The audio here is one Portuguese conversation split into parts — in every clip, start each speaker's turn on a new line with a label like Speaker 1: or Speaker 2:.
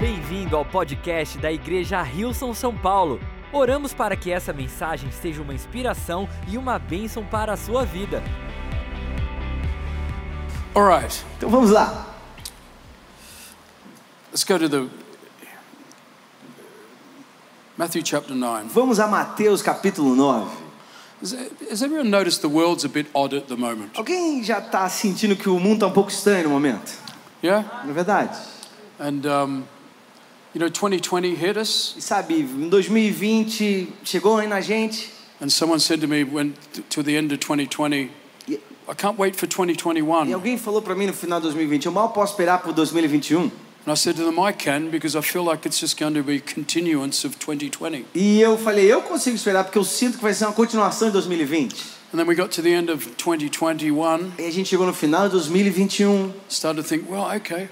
Speaker 1: Bem-vindo ao podcast da Igreja Rilson São Paulo. Oramos para que essa mensagem seja uma inspiração e uma bênção para a sua vida.
Speaker 2: All right,
Speaker 3: Então vamos lá.
Speaker 2: let's go to the Matthew chapter 9.
Speaker 3: Vamos a Mateus capítulo 9.
Speaker 2: Has, has everyone noticed the world's a bit odd at the moment?
Speaker 3: Alguém já está sentindo que o mundo está um pouco estranho no momento?
Speaker 2: Yeah?
Speaker 3: Não é verdade?
Speaker 2: And, um, you know, 2020 hit us,
Speaker 3: E sabe, em 2020 chegou aí na gente.
Speaker 2: and someone said to me when to the end of 2020,
Speaker 3: Yeah.
Speaker 2: I can't wait for
Speaker 3: E
Speaker 2: 2021.
Speaker 3: alguém falou para mim no final de 2020, eu mal posso esperar para 2021.
Speaker 2: And I said to them, I can, because I feel like it's just going to be continuance of 2020.
Speaker 3: E eu falei, eu consigo esperar porque eu sinto que vai ser uma continuação de 2020.
Speaker 2: And then we got to the end of 2021,
Speaker 3: E a gente chegou no final de 2021
Speaker 2: started to think, well, okay,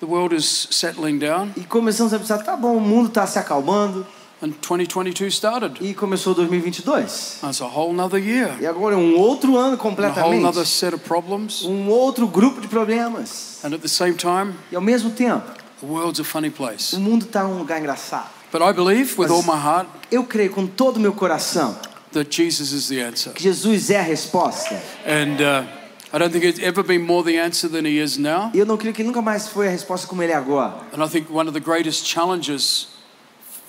Speaker 2: the world is settling down,
Speaker 3: e começamos a pensar, tá bom, o mundo está se acalmando.
Speaker 2: and 2022 started.
Speaker 3: E começou 2022.
Speaker 2: That's a whole nother year.
Speaker 3: E agora é um outro
Speaker 2: And a
Speaker 3: ano
Speaker 2: whole
Speaker 3: completamente.
Speaker 2: nother set of problems.
Speaker 3: Um outro grupo de problemas.
Speaker 2: And at the same time,
Speaker 3: E ao mesmo tempo,
Speaker 2: the world's a funny
Speaker 3: o
Speaker 2: place.
Speaker 3: mundo está um lugar engraçado.
Speaker 2: But I believe with all my heart
Speaker 3: Eu creio com todo o meu coração
Speaker 2: that Jesus is the answer.
Speaker 3: que Jesus é a resposta.
Speaker 2: And uh, I don't think he's ever been more the answer than he is now.
Speaker 3: E eu não creio que nunca mais foi a resposta como ele é agora.
Speaker 2: And I think one of the greatest challenges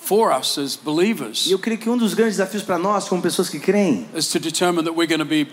Speaker 2: for us as
Speaker 3: E
Speaker 2: believers
Speaker 3: eu creio que um dos grandes desafios para nós, como pessoas que creem,
Speaker 2: is to determine that we're going to be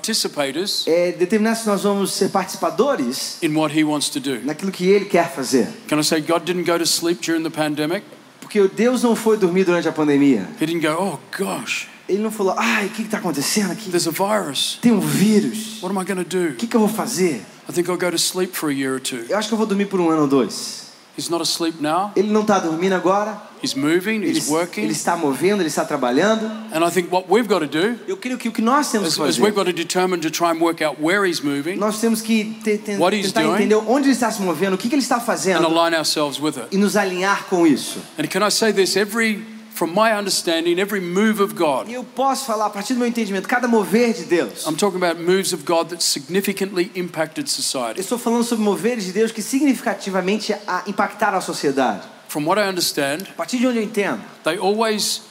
Speaker 2: participators
Speaker 3: é determinar se nós vamos ser participadores
Speaker 2: in what he wants to do.
Speaker 3: naquilo que ele quer fazer.
Speaker 2: Can I say, God didn't go to sleep during the pandemic?
Speaker 3: Porque Deus não foi dormir durante a pandemia.
Speaker 2: He didn't go, oh gosh,
Speaker 3: Ele não falou, ai, o que está acontecendo aqui?
Speaker 2: there's a virus.
Speaker 3: Tem um vírus.
Speaker 2: What am I going to do?
Speaker 3: O que, que eu vou fazer?
Speaker 2: I think I'll go to sleep for a year or two.
Speaker 3: Eu acho que eu vou dormir por um ano ou dois.
Speaker 2: He's not asleep now.
Speaker 3: Ele não está dormindo agora.
Speaker 2: He's moving,
Speaker 3: Ele,
Speaker 2: he's working.
Speaker 3: ele está movendo, ele está trabalhando.
Speaker 2: And I think what we've got to do
Speaker 3: Eu creio que o que nós temos
Speaker 2: is,
Speaker 3: que
Speaker 2: is we've
Speaker 3: fazer,
Speaker 2: got to determine to try and work out where he's moving
Speaker 3: nós temos que te- te-
Speaker 2: What he's
Speaker 3: tentar
Speaker 2: doing.
Speaker 3: entender onde ele está se movendo, o que, que ele está
Speaker 2: and
Speaker 3: fazendo
Speaker 2: align ourselves with it.
Speaker 3: e nos alinhar com isso.
Speaker 2: And can I say this? Every, from my understanding, every move of
Speaker 3: E
Speaker 2: God,
Speaker 3: eu posso falar a partir do meu entendimento, cada mover de Deus.
Speaker 2: I'm talking about moves of God that significantly impacted
Speaker 3: Eu
Speaker 2: society.
Speaker 3: estou falando sobre moveres de Deus que significativamente a- impactaram a sociedade.
Speaker 2: From what I understand,
Speaker 3: A partir de onde eu entendo,
Speaker 2: they always,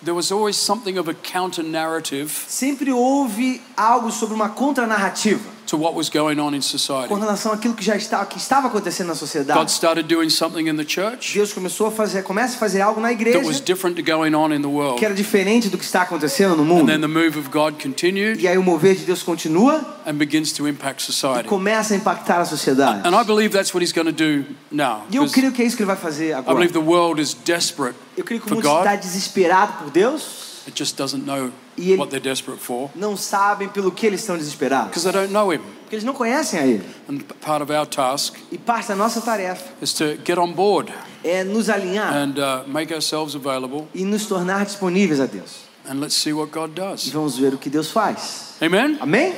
Speaker 2: there was always something of a counter narrative
Speaker 3: sempre houve algo sobre uma contranarrativa
Speaker 2: to what was going on in
Speaker 3: com
Speaker 2: society.
Speaker 3: relação àquilo que já está, que estava acontecendo na
Speaker 2: God
Speaker 3: sociedade.
Speaker 2: started doing something in the church
Speaker 3: Deus começou a fazer, começa a fazer algo na
Speaker 2: that was
Speaker 3: igreja
Speaker 2: different to going on in the world.
Speaker 3: que era diferente do que está acontecendo no mundo.
Speaker 2: And then the move of God continued
Speaker 3: E aí o mover de Deus continua
Speaker 2: and begins to impact
Speaker 3: e
Speaker 2: society.
Speaker 3: começa a impactar a sociedade.
Speaker 2: And I believe that's what he's going to do now.
Speaker 3: E eu
Speaker 2: because
Speaker 3: creio que é isso que ele vai fazer
Speaker 2: I
Speaker 3: agora.
Speaker 2: believe the world is desperate
Speaker 3: Eu creio que o
Speaker 2: for
Speaker 3: mundo está
Speaker 2: God.
Speaker 3: desesperado por Deus
Speaker 2: It just doesn't know
Speaker 3: E ele-
Speaker 2: what they're desperate for
Speaker 3: não sabem pelo que eles estão desesperados.
Speaker 2: because they don't know him.
Speaker 3: Porque eles não conhecem a ele.
Speaker 2: And p- part of our task
Speaker 3: E parte da nossa tarefa
Speaker 2: is to get on board
Speaker 3: é nos alinhar
Speaker 2: and uh, make ourselves available
Speaker 3: e nos tornar disponíveis a Deus.
Speaker 2: and let's see what God
Speaker 3: E
Speaker 2: does.
Speaker 3: vamos ver o que Deus faz.
Speaker 2: Amen?
Speaker 3: Amém?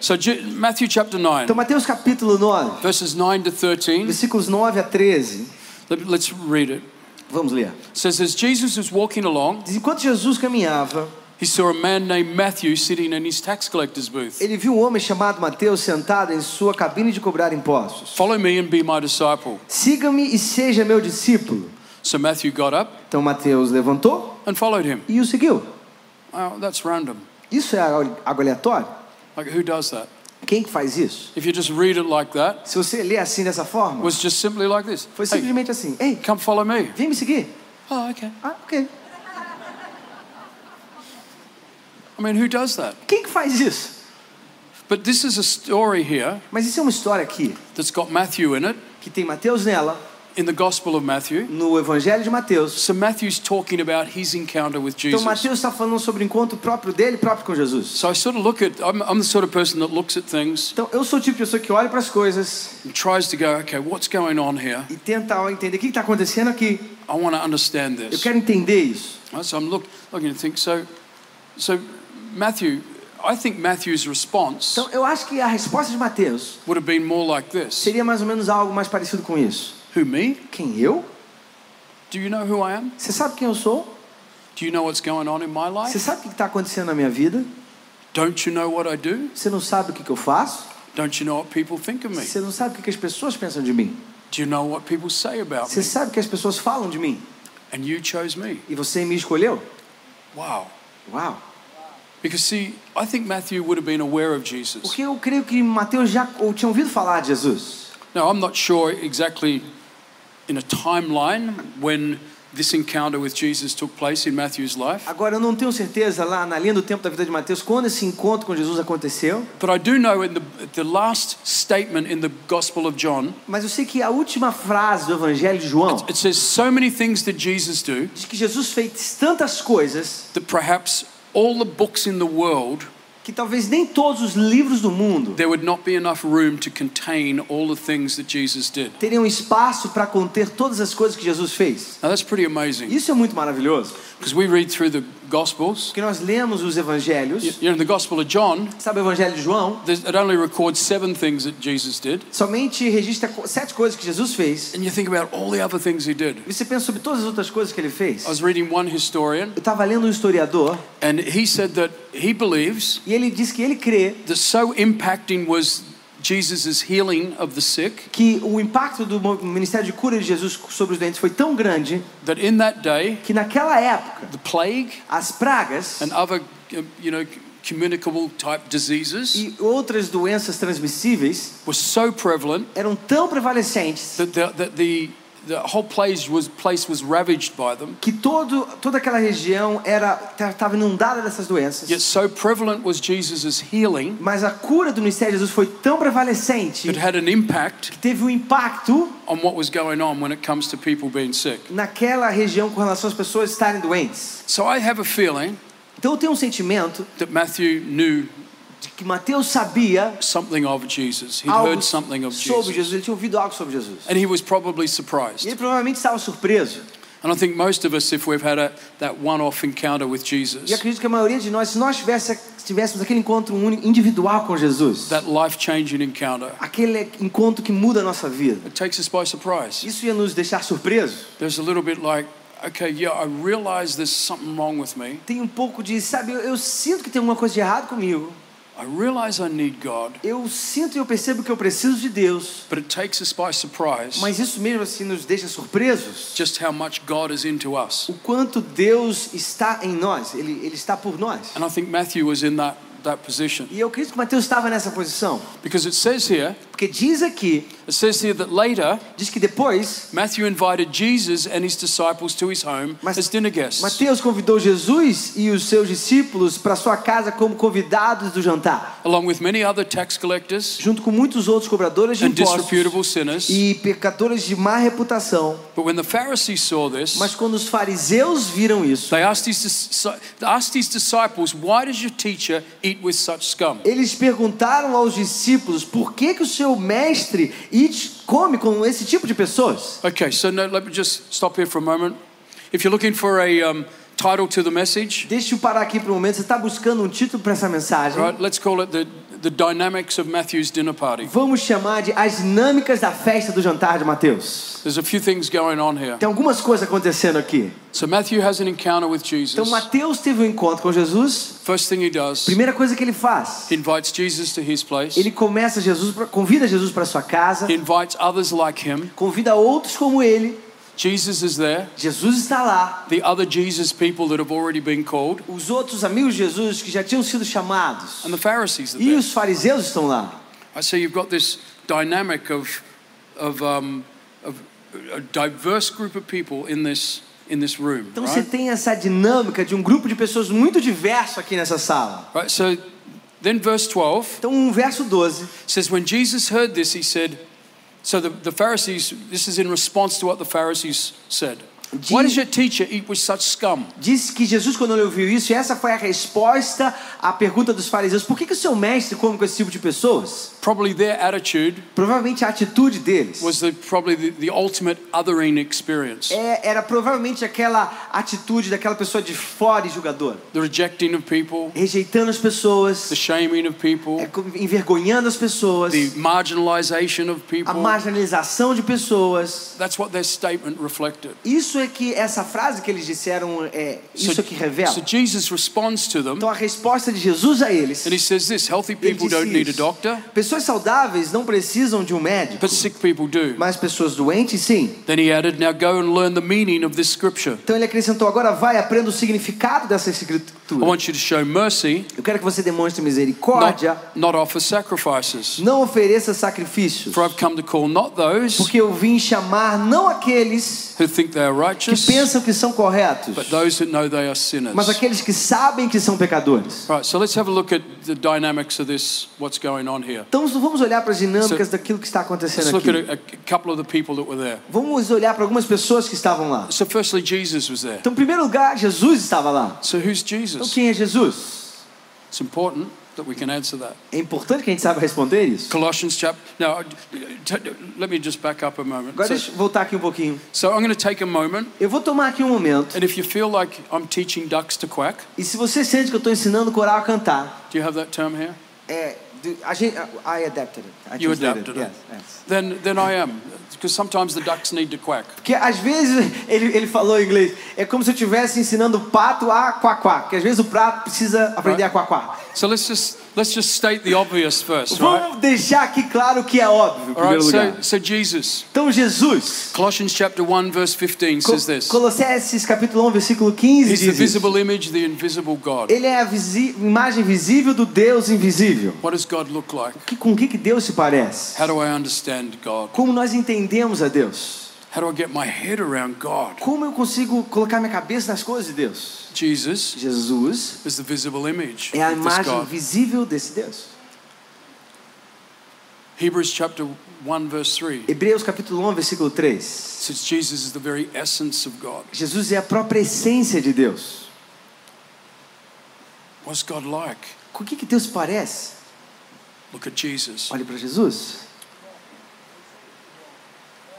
Speaker 2: So, Ju- Matthew chapter 9,
Speaker 3: Então, Mateus capítulo 9,
Speaker 2: verses 9 to 13.
Speaker 3: versículos 9 a 13.
Speaker 2: Let- Let's read it.
Speaker 3: Vamos ler.
Speaker 2: It says, As Jesus was walking along,
Speaker 3: Diz, Enquanto Jesus caminhava,
Speaker 2: he saw a man named Matthew sitting in his tax collector's booth.
Speaker 3: ele viu um homem chamado Mateus sentado em sua cabine de cobrar impostos.
Speaker 2: Follow me and be my disciple.
Speaker 3: Siga-me e seja meu discípulo.
Speaker 2: So Matthew got up
Speaker 3: Então Mateus levantou
Speaker 2: and followed him.
Speaker 3: e o seguiu.
Speaker 2: Oh, that's random.
Speaker 3: Isso é algo aleatório?
Speaker 2: Like, who does that?
Speaker 3: Quem que faz isso?
Speaker 2: If you just read it like that,
Speaker 3: Se você lê assim dessa
Speaker 2: it
Speaker 3: forma,
Speaker 2: was just simply like this.
Speaker 3: foi
Speaker 2: Hey,
Speaker 3: simplesmente assim: Ei,
Speaker 2: come follow me.
Speaker 3: vem me seguir.
Speaker 2: Oh, okay.
Speaker 3: Ah, ok.
Speaker 2: I mean, who does that?
Speaker 3: Quem que faz isso?
Speaker 2: But this is a story here
Speaker 3: Mas isso é uma história aqui
Speaker 2: that's got Matthew in it,
Speaker 3: que tem Mateus nela,
Speaker 2: in the Gospel of Matthew.
Speaker 3: no Evangelho de Mateus.
Speaker 2: So Matthew's talking about his encounter with
Speaker 3: Então
Speaker 2: Jesus.
Speaker 3: Mateus está falando sobre o encontro próprio dele, próprio com Jesus.
Speaker 2: So I sort of look at, I'm, I'm the sort of person that looks at things
Speaker 3: Então eu sou o tipo de pessoa que olha para as coisas
Speaker 2: and tries to go, okay, what's going on here?
Speaker 3: e tenta ó, entender o que está acontecendo aqui.
Speaker 2: I want to understand
Speaker 3: Eu
Speaker 2: this.
Speaker 3: quero entender isso.
Speaker 2: Right, so I'm look, looking to think. So, so Matthew, I think Matthew's response
Speaker 3: Então eu acho que a resposta de Mateus
Speaker 2: would have been more like this:
Speaker 3: seria mais ou menos algo mais parecido com isso.
Speaker 2: Who me?
Speaker 3: Quem eu?
Speaker 2: Do you know who I am?
Speaker 3: Você sabe quem eu sou?
Speaker 2: Do you know what's going on in my
Speaker 3: Você
Speaker 2: life?
Speaker 3: sabe o que está acontecendo na minha vida?
Speaker 2: Don't you know what I do?
Speaker 3: Você não sabe o que, que eu faço?
Speaker 2: Don't you know what people think of me?
Speaker 3: Você não sabe o que, que as pessoas pensam de mim?
Speaker 2: Do you know what people say about
Speaker 3: Você
Speaker 2: me?
Speaker 3: sabe que as pessoas falam de mim
Speaker 2: And you chose me.
Speaker 3: e você me escolheu?
Speaker 2: Wow.
Speaker 3: Uau!
Speaker 2: Because see, I think Matthew would have been aware of Jesus.
Speaker 3: Porque eu creio que Mateus já ou tinha ouvido falar de Jesus.
Speaker 2: Now, I'm not sure exactly in a timeline when this encounter with Jesus took place in Matthew's life,
Speaker 3: Agora eu não tenho certeza lá na linha do tempo da vida de Mateus quando esse encontro com Jesus aconteceu,
Speaker 2: but I do know in the, the last statement in the Gospel of John,
Speaker 3: mas eu sei que a última frase do Evangelho de João
Speaker 2: it says so many things did Jesus do
Speaker 3: diz que Jesus fez tantas coisas
Speaker 2: that perhaps all the books in the world,
Speaker 3: que talvez nem todos os livros do mundo
Speaker 2: there would not be enough room to contain all the things that Jesus did.
Speaker 3: teriam espaço para conter todas as coisas que Jesus fez.
Speaker 2: Now, that's pretty amazing
Speaker 3: Isso é muito maravilhoso,
Speaker 2: because we read through the Gospels.
Speaker 3: porque nós lemos os evangelhos,
Speaker 2: You know, in the Gospel of John,
Speaker 3: sabe o evangelho de João?
Speaker 2: there's- it only records seven things that Jesus did.
Speaker 3: Somente registra co- sete coisas que Jesus fez.
Speaker 2: And you think about all the other things he did.
Speaker 3: E você pensa sobre todas as outras coisas que ele fez.
Speaker 2: I was reading one historian,
Speaker 3: Eu estava lendo um historiador
Speaker 2: and he said that he believes
Speaker 3: e ele diz que ele crê
Speaker 2: that so impacting was Jesus' healing of the sick
Speaker 3: que o impacto do mo- ministério de cura de Jesus sobre os doentes foi tão grande
Speaker 2: that in that day,
Speaker 3: que naquela época
Speaker 2: the plague
Speaker 3: as pragas
Speaker 2: and other, um, you know, communicable type diseases
Speaker 3: e outras doenças transmissíveis
Speaker 2: were so prevalent
Speaker 3: eram tão prevalecentes
Speaker 2: that the, that the, the whole place was, place was ravaged by them.
Speaker 3: que todo, toda aquela região era estava inundada dessas doenças.
Speaker 2: Yet so prevalent was Jesus' healing
Speaker 3: Mas a cura do ministério de Jesus foi tão prevalecente
Speaker 2: that it had an impact
Speaker 3: que teve um impacto
Speaker 2: on what was going on when it comes to people being sick.
Speaker 3: naquela região com relação às pessoas estarem doentes.
Speaker 2: So I have a feeling
Speaker 3: Então eu tenho um sentimento
Speaker 2: that Matthew knew
Speaker 3: de que Mateus sabia
Speaker 2: something of Jesus. He'd
Speaker 3: algo
Speaker 2: heard something of
Speaker 3: sobre
Speaker 2: Jesus.
Speaker 3: Jesus, ele tinha ouvido algo sobre Jesus.
Speaker 2: And he was probably
Speaker 3: E
Speaker 2: surprised.
Speaker 3: ele provavelmente estava surpreso.
Speaker 2: And I think most of us, if we've had a, that one off encounter with
Speaker 3: E
Speaker 2: Jesus,
Speaker 3: acredito que a maioria de nós, se nós tivesse, tivéssemos aquele encontro único, individual com Jesus,
Speaker 2: that life changing encounter,
Speaker 3: aquele encontro que muda a nossa vida,
Speaker 2: it takes us by surprise.
Speaker 3: isso ia nos deixar surpreso?
Speaker 2: There's a little bit like, okay, yeah, I realize there's something wrong with me.
Speaker 3: Tem um pouco de, sabe, eu, eu sinto que tem alguma coisa de errado comigo.
Speaker 2: I realize I need God.
Speaker 3: Eu sinto e eu percebo que eu preciso de Deus.
Speaker 2: But it takes us by surprise
Speaker 3: Mas isso mesmo assim nos deixa surpresos?
Speaker 2: just how much God is into us.
Speaker 3: O quanto Deus está em nós, Ele, Ele está por nós.
Speaker 2: And I think Matthew was in that, that position.
Speaker 3: E eu acredito que Mateus estava nessa posição.
Speaker 2: Because it says here,
Speaker 3: Porque diz aqui,
Speaker 2: it says here that later,
Speaker 3: diz que depois,
Speaker 2: Matthew invited Jesus and his disciples to his home
Speaker 3: Mas-
Speaker 2: as dinner guests.
Speaker 3: Mateus convidou Jesus e os seus discípulos para sua casa como convidados do jantar,
Speaker 2: along with many other tax collectors
Speaker 3: junto com muitos outros cobradores de
Speaker 2: and
Speaker 3: impostos
Speaker 2: disreputable sinners.
Speaker 3: e pecadores de má reputação.
Speaker 2: But when the Pharisees saw
Speaker 3: Mas
Speaker 2: this,
Speaker 3: quando os fariseus viram isso,
Speaker 2: they asked his, dis- they asked his disciples, Why does your teacher eat with such scum?
Speaker 3: eles perguntaram aos discípulos por que, que o seu mestre it- come com esse tipo de pessoas.
Speaker 2: Okay, so no, let me just stop here for a moment. If you're looking for a um, title to the message,
Speaker 3: Deixa eu parar aqui por um momento. Você está buscando um título para essa mensagem?
Speaker 2: right, let's call it the, the Dynamics of Matthew's Dinner Party.
Speaker 3: Vamos chamar de As Dinâmicas da Festa do Jantar de Mateus.
Speaker 2: There's a few things going on here.
Speaker 3: Tem algumas coisas acontecendo aqui.
Speaker 2: So Matthew has an encounter with
Speaker 3: Então,
Speaker 2: Jesus.
Speaker 3: Mateus teve um encontro com Jesus.
Speaker 2: First thing he does,
Speaker 3: Primeira coisa que ele faz,
Speaker 2: he invites Jesus to his place,
Speaker 3: ele começa Jesus, pra- convida Jesus para sua casa,
Speaker 2: he invites others like him.
Speaker 3: convida outros como ele.
Speaker 2: Jesus is there.
Speaker 3: Jesus está lá.
Speaker 2: the other Jesus people that have already been called,
Speaker 3: Os outros amigos de Jesus que já tinham sido chamados.
Speaker 2: and the Pharisees are
Speaker 3: E
Speaker 2: there.
Speaker 3: os fariseus estão lá.
Speaker 2: I see you've got this dynamic of, of, um, of a diverse group of people in this, in this room,
Speaker 3: Então você
Speaker 2: right?
Speaker 3: tem essa dinâmica de um grupo de pessoas muito diverso aqui nessa sala.
Speaker 2: right? So then verse 12
Speaker 3: Então, um verso 12.
Speaker 2: says, when Jesus heard this, he said, so the, the Pharisees, this is in response to what the Pharisees said. Why does your teacher eat with such scum?
Speaker 3: Diz que Jesus, quando ele ouviu isso, essa foi a resposta à pergunta dos fariseus: por que, que o seu mestre come com esse tipo de pessoas?
Speaker 2: Probably their attitude
Speaker 3: Provavelmente a atitude deles
Speaker 2: was the, probably the, the ultimate othering experience,
Speaker 3: é- era provavelmente aquela atitude daquela pessoa de fora e julgadora,
Speaker 2: the rejecting of people,
Speaker 3: rejeitando as pessoas,
Speaker 2: the shaming of people.
Speaker 3: é, co- envergonhando as pessoas,
Speaker 2: the marginalization of
Speaker 3: a
Speaker 2: people.
Speaker 3: marginalização de pessoas.
Speaker 2: That's what their statement reflected.
Speaker 3: Isso isso é que essa frase que eles disseram é isso é que revela.
Speaker 2: so Jesus responds to them
Speaker 3: Então a resposta de Jesus a eles.
Speaker 2: and he says this healthy
Speaker 3: ele
Speaker 2: people
Speaker 3: disse
Speaker 2: don't need a
Speaker 3: isso.
Speaker 2: doctor,
Speaker 3: Pessoas saudáveis não precisam de um médico,
Speaker 2: but sick people do.
Speaker 3: mas pessoas doentes sim.
Speaker 2: Then he added, Now go and learn the meaning of this scripture.
Speaker 3: Então ele acrescentou: agora vai, aprenda o significado dessa
Speaker 2: I
Speaker 3: escritura.
Speaker 2: want you to show mercy,
Speaker 3: Eu quero que você demonstre
Speaker 2: not,
Speaker 3: misericórdia,
Speaker 2: not offer sacrifices.
Speaker 3: não ofereça sacrifícios,
Speaker 2: For I've come to call not those
Speaker 3: porque eu vim chamar não aqueles
Speaker 2: who think they are
Speaker 3: que
Speaker 2: righteous,
Speaker 3: pensam que são corretos,
Speaker 2: but those that know they are sinners.
Speaker 3: mas aqueles que sabem que são pecadores.
Speaker 2: Right, so let's have a look at the dynamics of this, what's going on here.
Speaker 3: Então vamos olhar para as dinâmicas
Speaker 2: So-
Speaker 3: daquilo que está acontecendo
Speaker 2: Let's look at
Speaker 3: aqui.
Speaker 2: a, a couple of the people that were there.
Speaker 3: Vamos olhar para algumas pessoas que estavam lá.
Speaker 2: So, firstly, Jesus was there.
Speaker 3: Então, em primeiro lugar, Jesus estava lá.
Speaker 2: So, who's
Speaker 3: Então,
Speaker 2: Jesus?
Speaker 3: quem é Jesus?
Speaker 2: It's important that we can answer that.
Speaker 3: É importante que a gente saiba responder isso.
Speaker 2: Colossians chapter. Now, t- let me just back up a moment.
Speaker 3: Agora,
Speaker 2: So,
Speaker 3: deixa eu voltar aqui um pouquinho.
Speaker 2: so I'm going to take a moment,
Speaker 3: Eu vou tomar aqui um momento.
Speaker 2: and if you feel like I'm teaching ducks to quack,
Speaker 3: E se você sente que eu estou ensinando o coral a cantar,
Speaker 2: do you have that term here?
Speaker 3: é, do- a gente, I adapted it. I
Speaker 2: You
Speaker 3: translated
Speaker 2: adapted
Speaker 3: it,
Speaker 2: it.
Speaker 3: yes, yes.
Speaker 2: Then, then I am, because sometimes the ducks need to quack.
Speaker 3: Porque às vezes ele, ele falou em inglês, é como se eu estivesse ensinando o pato a quaquá, que às vezes o prato precisa aprender a quaquá.
Speaker 2: So let's just let's just state the obvious first, right?
Speaker 3: Vamos deixar aqui claro que é óbvio, em
Speaker 2: All right.
Speaker 3: primeiro
Speaker 2: So,
Speaker 3: lugar.
Speaker 2: so Jesus,
Speaker 3: Então Jesus,
Speaker 2: Colossians chapter one verse fifteen says this.
Speaker 3: Colossenses capítulo 1, versículo 15
Speaker 2: He's the
Speaker 3: diz isso.
Speaker 2: visible image, the invisible God.
Speaker 3: Ele é a visi- imagem visível do Deus invisível.
Speaker 2: What does God look like?
Speaker 3: Que, com o que, que Deus se parece?
Speaker 2: How do I understand God?
Speaker 3: Como nós entendemos a Deus?
Speaker 2: How do I get my head around God?
Speaker 3: Como eu consigo colocar minha cabeça nas coisas de Deus?
Speaker 2: Jesus
Speaker 3: Jesus
Speaker 2: is the visible image
Speaker 3: é a
Speaker 2: of this
Speaker 3: imagem
Speaker 2: God.
Speaker 3: visível desse Deus.
Speaker 2: Hebrews chapter 1 verse 3
Speaker 3: Hebreus capítulo 1, versículo 3.
Speaker 2: says Jesus is the very essence of God.
Speaker 3: Jesus é a própria essência de Deus.
Speaker 2: What's God like?
Speaker 3: Com o que, que Deus parece?
Speaker 2: Look at Jesus.
Speaker 3: Olhe para Jesus.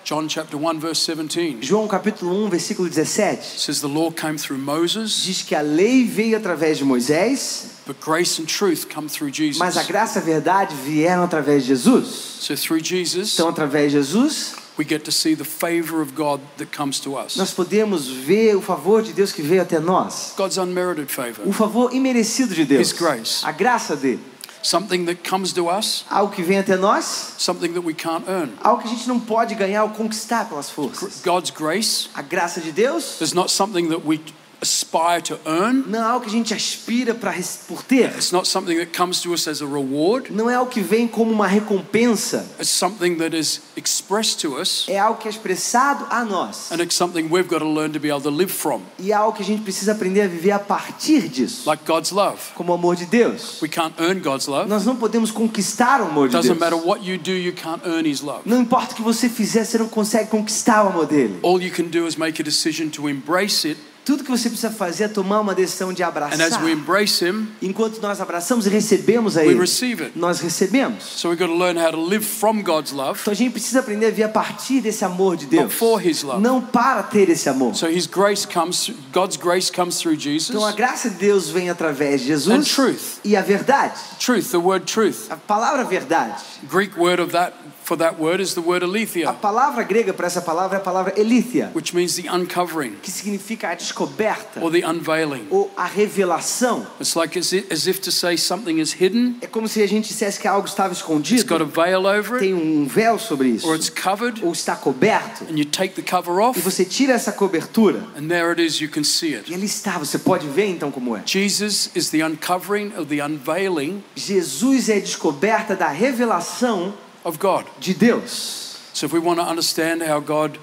Speaker 2: John chapter 1 verse 17
Speaker 3: João capítulo 1, versículo 17.
Speaker 2: says the law came through Moses,
Speaker 3: Diz que a lei veio através de Moisés,
Speaker 2: but grace and truth come through
Speaker 3: mas a
Speaker 2: Jesus.
Speaker 3: graça e a verdade vieram através de Jesus.
Speaker 2: So through Jesus,
Speaker 3: Então, através de Jesus,
Speaker 2: we get to see the favor of God that comes to us.
Speaker 3: nós podemos ver o favor de Deus que veio até nós.
Speaker 2: God's unmerited favor.
Speaker 3: O favor imerecido de Deus.
Speaker 2: His grace.
Speaker 3: A graça dele.
Speaker 2: Something that comes to us,
Speaker 3: Algo que vem até nós
Speaker 2: something that we can't earn.
Speaker 3: algo que a gente não pode ganhar ou conquistar pelas forças.
Speaker 2: God's grace
Speaker 3: A graça de Deus
Speaker 2: is not something that we aspire to earn.
Speaker 3: não é algo que a gente aspira pra, res- por ter.
Speaker 2: It's not something that comes to us as a reward.
Speaker 3: Não é algo que vem como uma recompensa.
Speaker 2: It's something that is expressed to us,
Speaker 3: É algo que é expressado a nós.
Speaker 2: and it's something we've got to learn to be able to live from,
Speaker 3: E é algo que a gente precisa aprender a viver a partir disso.
Speaker 2: like God's love.
Speaker 3: Como o amor de Deus.
Speaker 2: We can't earn God's love.
Speaker 3: Nós não podemos conquistar o amor de
Speaker 2: Doesn't matter
Speaker 3: Deus.
Speaker 2: what you do, you can't earn His love.
Speaker 3: Não importa o que você fizer, você não consegue conquistar o amor dele.
Speaker 2: All you can do is make a decision to embrace it,
Speaker 3: Tudo que você precisa fazer é tomar uma decisão de
Speaker 2: and
Speaker 3: abraçar.
Speaker 2: as we embrace Him,
Speaker 3: Enquanto nós abraçamos e recebemos a
Speaker 2: we
Speaker 3: ele,
Speaker 2: receive it.
Speaker 3: nós recebemos.
Speaker 2: So we've got to learn how to live from God's love.
Speaker 3: Então a gente precisa aprender a vir a partir desse amor de Deus.
Speaker 2: Not for his love.
Speaker 3: Não para ter esse amor.
Speaker 2: So His grace comes, God's grace comes through
Speaker 3: Então a
Speaker 2: Jesus.
Speaker 3: graça de Deus vem através de
Speaker 2: And
Speaker 3: Jesus
Speaker 2: truth.
Speaker 3: e a verdade.
Speaker 2: Truth, the word truth.
Speaker 3: A palavra verdade.
Speaker 2: Greek word of that for that word is the word
Speaker 3: A
Speaker 2: aletheia,
Speaker 3: palavra grega para essa palavra é a palavra elíthia,
Speaker 2: which means the uncovering
Speaker 3: que significa a descoberta
Speaker 2: or the unveiling.
Speaker 3: ou a revelação.
Speaker 2: It's like as if, as if to say something is hidden,
Speaker 3: É como se a gente dissesse que algo estava
Speaker 2: it's got a
Speaker 3: escondido,
Speaker 2: veil over it,
Speaker 3: tem um véu sobre isso,
Speaker 2: or it's covered,
Speaker 3: ou está coberto,
Speaker 2: and you take the cover
Speaker 3: e
Speaker 2: off,
Speaker 3: você tira essa cobertura
Speaker 2: and there it is, you can see it.
Speaker 3: e ali está, você pode ver então como é.
Speaker 2: Jesus is the uncovering of the unveiling
Speaker 3: Jesus é a descoberta da revelação
Speaker 2: of God.
Speaker 3: de Deus.
Speaker 2: So if we want to understand how God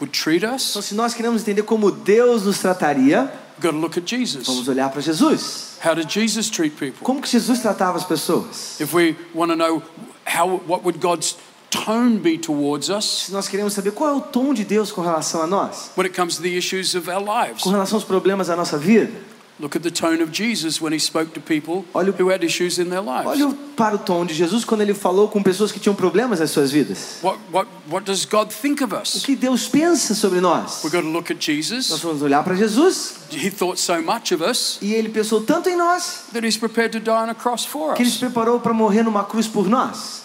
Speaker 2: would treat
Speaker 3: Então,
Speaker 2: us,
Speaker 3: se nós queremos entender como Deus nos trataria,
Speaker 2: we've got to look at Jesus.
Speaker 3: vamos olhar para Jesus.
Speaker 2: How did Jesus treat people?
Speaker 3: Como que Jesus tratava as pessoas?
Speaker 2: If we want to know how what would God's tone be towards us,
Speaker 3: Se nós queremos saber qual é o tom de Deus com relação a nós,
Speaker 2: when it comes to the issues of our lives.
Speaker 3: com relação aos problemas da nossa vida,
Speaker 2: Look at the tone of Jesus when he spoke to people
Speaker 3: Olha o-
Speaker 2: who had issues in their lives.
Speaker 3: olha para o tom de Jesus quando ele falou com pessoas que tinham problemas nas suas vidas.
Speaker 2: What, what, what does God think of
Speaker 3: O
Speaker 2: us?
Speaker 3: que Deus pensa sobre nós?
Speaker 2: We've got to look at
Speaker 3: Nós
Speaker 2: Jesus.
Speaker 3: vamos olhar para Jesus
Speaker 2: He thought so much of us
Speaker 3: e ele pensou tanto em nós
Speaker 2: that he's prepared to die on a cross for
Speaker 3: que ele se
Speaker 2: us.
Speaker 3: preparou para morrer numa cruz por nós.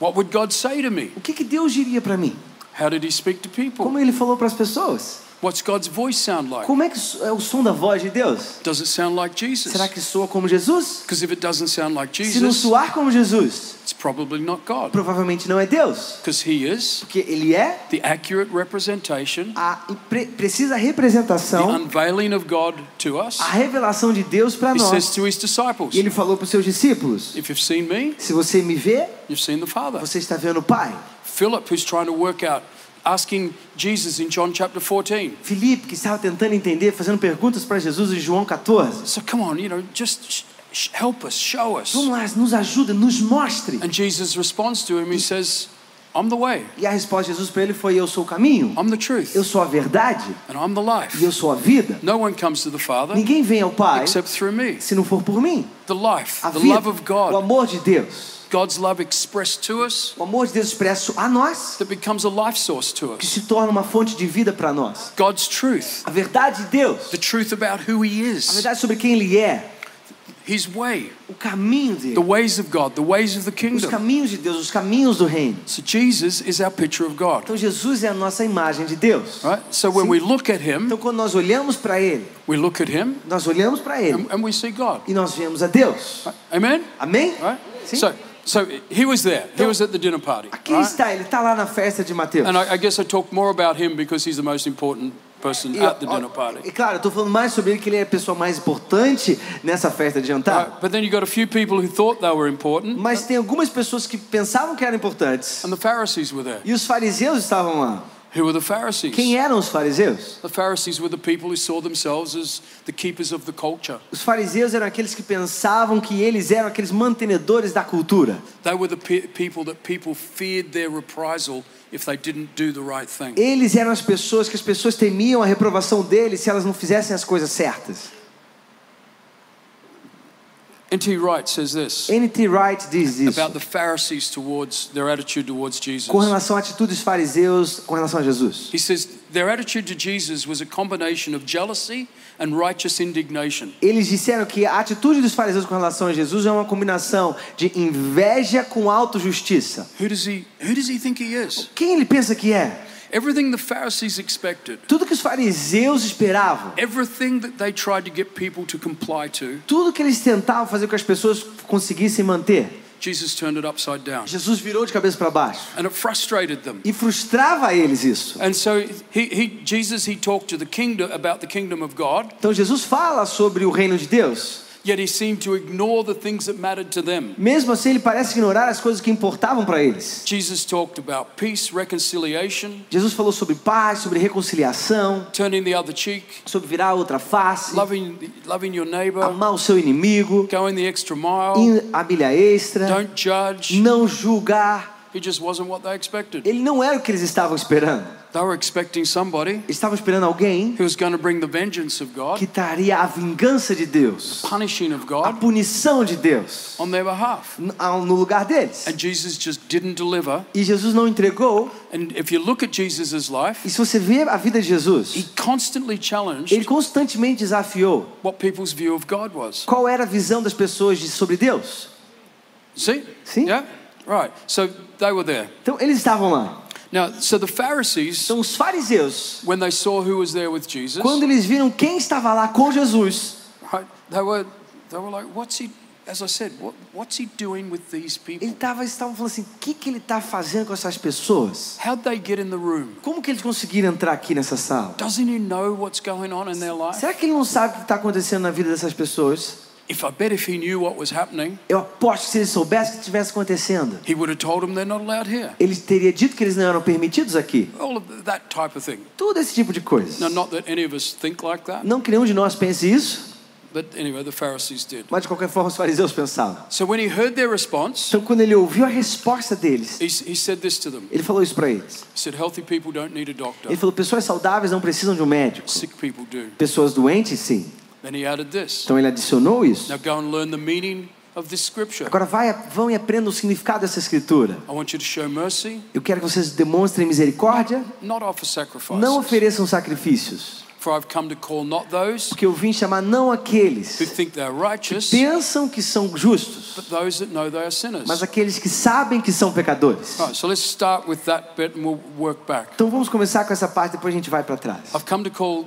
Speaker 2: What would God say to me?
Speaker 3: O que, que Deus diria para mim?
Speaker 2: How did he speak to people?
Speaker 3: Como ele falou para as pessoas?
Speaker 2: What's God's voice sound like?
Speaker 3: Como é que so- é o som da voz de Deus?
Speaker 2: Does it sound like Jesus?
Speaker 3: Será que soa como Jesus?
Speaker 2: Because if it doesn't sound like
Speaker 3: Se não
Speaker 2: Jesus,
Speaker 3: soar como Jesus,
Speaker 2: it's probably not God.
Speaker 3: provavelmente não é Deus,
Speaker 2: Because He is
Speaker 3: porque ele é
Speaker 2: the accurate representation,
Speaker 3: a pre- precisa
Speaker 2: the
Speaker 3: representação,
Speaker 2: unveiling of God to us.
Speaker 3: a revelação de Deus para
Speaker 2: He says
Speaker 3: nós.
Speaker 2: to His disciples,
Speaker 3: E ele falou para os seus discípulos:
Speaker 2: If you've seen me,
Speaker 3: Se você me vê,
Speaker 2: you've seen the Father.
Speaker 3: você está vendo o Pai.
Speaker 2: Philip, who's trying to work out, asking Jesus in John chapter 14.
Speaker 3: Filipe, que estava tentando entender, fazendo perguntas para Jesus em João 14.
Speaker 2: So come on, you know, just sh- sh- help us, show us.
Speaker 3: Vamos lá, nos ajuda, nos mostre.
Speaker 2: And Jesus responds to him, He says, I'm the way,
Speaker 3: E a resposta de Jesus para ele foi: Eu sou o caminho,
Speaker 2: I'm the truth,
Speaker 3: eu sou a verdade
Speaker 2: and I'm the life.
Speaker 3: e eu sou a vida.
Speaker 2: No one comes to the Father
Speaker 3: Ninguém vem ao Pai
Speaker 2: except through me.
Speaker 3: se não for por mim.
Speaker 2: The life,
Speaker 3: A
Speaker 2: the
Speaker 3: vida,
Speaker 2: love of
Speaker 3: o
Speaker 2: God,
Speaker 3: amor de Deus,
Speaker 2: God's love expressed to us
Speaker 3: o amor de Deus expresso a nós,
Speaker 2: that becomes a life source to
Speaker 3: que
Speaker 2: us.
Speaker 3: se torna uma fonte de vida para nós.
Speaker 2: God's truth,
Speaker 3: A verdade de Deus,
Speaker 2: the truth about who He
Speaker 3: a
Speaker 2: is,
Speaker 3: verdade sobre quem Ele é,
Speaker 2: His way,
Speaker 3: o caminho
Speaker 2: the
Speaker 3: dele,
Speaker 2: ways of God, the ways of the
Speaker 3: os
Speaker 2: kingdom.
Speaker 3: caminhos de Deus, os caminhos do reino.
Speaker 2: So Jesus is our picture of God,
Speaker 3: Então Jesus é a nossa imagem de Deus.
Speaker 2: right? So when
Speaker 3: Sim.
Speaker 2: we look at Him,
Speaker 3: Então quando nós olhamos para Ele,
Speaker 2: we look at Him
Speaker 3: nós olhamos para Ele
Speaker 2: and, and we see God.
Speaker 3: e nós vemos a Deus.
Speaker 2: Right? Amen?
Speaker 3: Amém?
Speaker 2: Right?
Speaker 3: Sim?
Speaker 2: So, so he was there. He
Speaker 3: Então-
Speaker 2: was at the dinner party.
Speaker 3: Aqui
Speaker 2: right?
Speaker 3: está, Ele está lá na festa de Mateus.
Speaker 2: And I, I guess I talk more about him because he's the most important person
Speaker 3: E,
Speaker 2: at the
Speaker 3: ó,
Speaker 2: dinner party.
Speaker 3: e claro, eu estou falando mais sobre ele, que ele é a pessoa mais importante nessa festa de jantar.
Speaker 2: Right? But then you got a few people who thought they were important,
Speaker 3: Mas tem algumas pessoas que pensavam que eram importantes.
Speaker 2: and the Pharisees were there.
Speaker 3: E os fariseus estavam lá.
Speaker 2: Who were the Pharisees?
Speaker 3: Quem eram os fariseus?
Speaker 2: The Pharisees were the people who saw themselves as the keepers of the culture.
Speaker 3: Os fariseus eram aqueles que pensavam que eles eram aqueles mantenedores da cultura.
Speaker 2: They were the pe- people that people feared their reprisal if they didn't do the right thing.
Speaker 3: Eles eram as pessoas que as pessoas temiam a reprovação deles se elas não fizessem as coisas certas.
Speaker 2: N.T. Wright says this
Speaker 3: N.T. Wright diz isso
Speaker 2: about the Pharisees towards their attitude towards Jesus.
Speaker 3: com relação à atitude dos fariseus com relação a Jesus.
Speaker 2: He says their attitude to Jesus was a combination of jealousy and righteous indignation.
Speaker 3: Eles disseram que a atitude dos fariseus com relação a Jesus é uma combinação de inveja com autojustiça.
Speaker 2: Who does he who does he think he is?
Speaker 3: Quem ele pensa que é?
Speaker 2: Everything the Pharisees expected,
Speaker 3: Tudo que os fariseus esperavam
Speaker 2: everything that they tried to get people to comply to,
Speaker 3: Tudo que eles tentavam fazer com que as pessoas conseguissem manter,
Speaker 2: Jesus turned it upside down.
Speaker 3: Jesus virou de cabeça para baixo
Speaker 2: And it frustrated them.
Speaker 3: e frustrava eles isso.
Speaker 2: And so he, he Jesus he talked to the kingdom about the kingdom of God,
Speaker 3: Então Jesus fala sobre o reino de Deus.
Speaker 2: yet he seemed to ignore the things that mattered to them.
Speaker 3: Mesmo assim, ele parece ignorar as coisas que importavam para eles.
Speaker 2: Jesus talked about peace, reconciliation,
Speaker 3: Jesus falou sobre paz, sobre reconciliação,
Speaker 2: turning the other cheek,
Speaker 3: sobre virar a outra face,
Speaker 2: loving loving your neighbor,
Speaker 3: amar o seu inimigo,
Speaker 2: going the extra mile.
Speaker 3: ir a milha extra,
Speaker 2: Don't judge.
Speaker 3: não julgar.
Speaker 2: He just wasn't what they expected.
Speaker 3: Ele não era o que eles estavam esperando.
Speaker 2: They were expecting somebody
Speaker 3: Eles estavam esperando alguém
Speaker 2: who was going to bring the vengeance of
Speaker 3: que
Speaker 2: God,
Speaker 3: traria a vingança de Deus,
Speaker 2: punishing of
Speaker 3: a
Speaker 2: God
Speaker 3: punição de Deus
Speaker 2: on their behalf.
Speaker 3: n- ao- no lugar deles.
Speaker 2: And Jesus just didn't deliver.
Speaker 3: E Jesus não entregou.
Speaker 2: And if you look at Jesus' life,
Speaker 3: E se você vê a vida de
Speaker 2: he
Speaker 3: Jesus,
Speaker 2: constantly challenged
Speaker 3: ele constantemente desafiou
Speaker 2: what people's view of God was.
Speaker 3: qual era a visão das pessoas de- sobre Deus.
Speaker 2: See?
Speaker 3: See?
Speaker 2: Yeah? Right. So they were there.
Speaker 3: Então eles estavam lá.
Speaker 2: Now, so the Pharisees,
Speaker 3: Então os fariseus,
Speaker 2: when they saw who was there with Jesus,
Speaker 3: quando eles viram quem estava lá com Jesus,
Speaker 2: right, they were they were like, what's he as I said, what, what's he doing with these
Speaker 3: ele
Speaker 2: people?
Speaker 3: tava, eles estavam falando assim: o que, que ele está fazendo com essas pessoas?
Speaker 2: How'd they get in the room?
Speaker 3: Como que eles conseguiram entrar aqui nessa sala?
Speaker 2: Doesn't he know what's going on in their life?
Speaker 3: Será que ele não sabe o que está acontecendo na vida dessas pessoas?
Speaker 2: If I bet if he knew what was happening,
Speaker 3: Eu aposto que se ele soubesse o que estivesse acontecendo,
Speaker 2: he would have told them they're not allowed here.
Speaker 3: ele teria dito que eles não eram permitidos aqui.
Speaker 2: All of that type of thing.
Speaker 3: Tudo esse tipo de coisa.
Speaker 2: Now, not that any of us think like that,
Speaker 3: Não que nenhum de nós pense isso.
Speaker 2: but anyway, the Pharisees did.
Speaker 3: Mas de qualquer forma os fariseus pensavam.
Speaker 2: So when he heard their response,
Speaker 3: Então quando ele ouviu a resposta deles,
Speaker 2: he, he said this to them.
Speaker 3: ele falou isso para eles.
Speaker 2: He said, Healthy people don't need a
Speaker 3: Ele
Speaker 2: doctor,
Speaker 3: falou: pessoas saudáveis não precisam de um médico.
Speaker 2: sick people do.
Speaker 3: Pessoas doentes, sim.
Speaker 2: Then he added this
Speaker 3: Então ele adicionou isso.
Speaker 2: Now go and learn the meaning of this scripture.
Speaker 3: Agora vai, vão e aprendam o significado dessa escritura.
Speaker 2: I want you to show mercy,
Speaker 3: Eu quero que vocês demonstrem misericórdia,
Speaker 2: not offer sacrifice.
Speaker 3: não ofereçam sacrifícios.
Speaker 2: For I've come to call not those
Speaker 3: Porque eu vim chamar não
Speaker 2: who
Speaker 3: aqueles
Speaker 2: think they're righteous,
Speaker 3: pensam que são justos,
Speaker 2: but those that know they are sinners.
Speaker 3: mas aqueles que sabem que são pecadores.
Speaker 2: All right, so let's start with that bit and we'll work back.
Speaker 3: Então vamos começar com essa parte, depois a gente vai para trás.
Speaker 2: I've come to call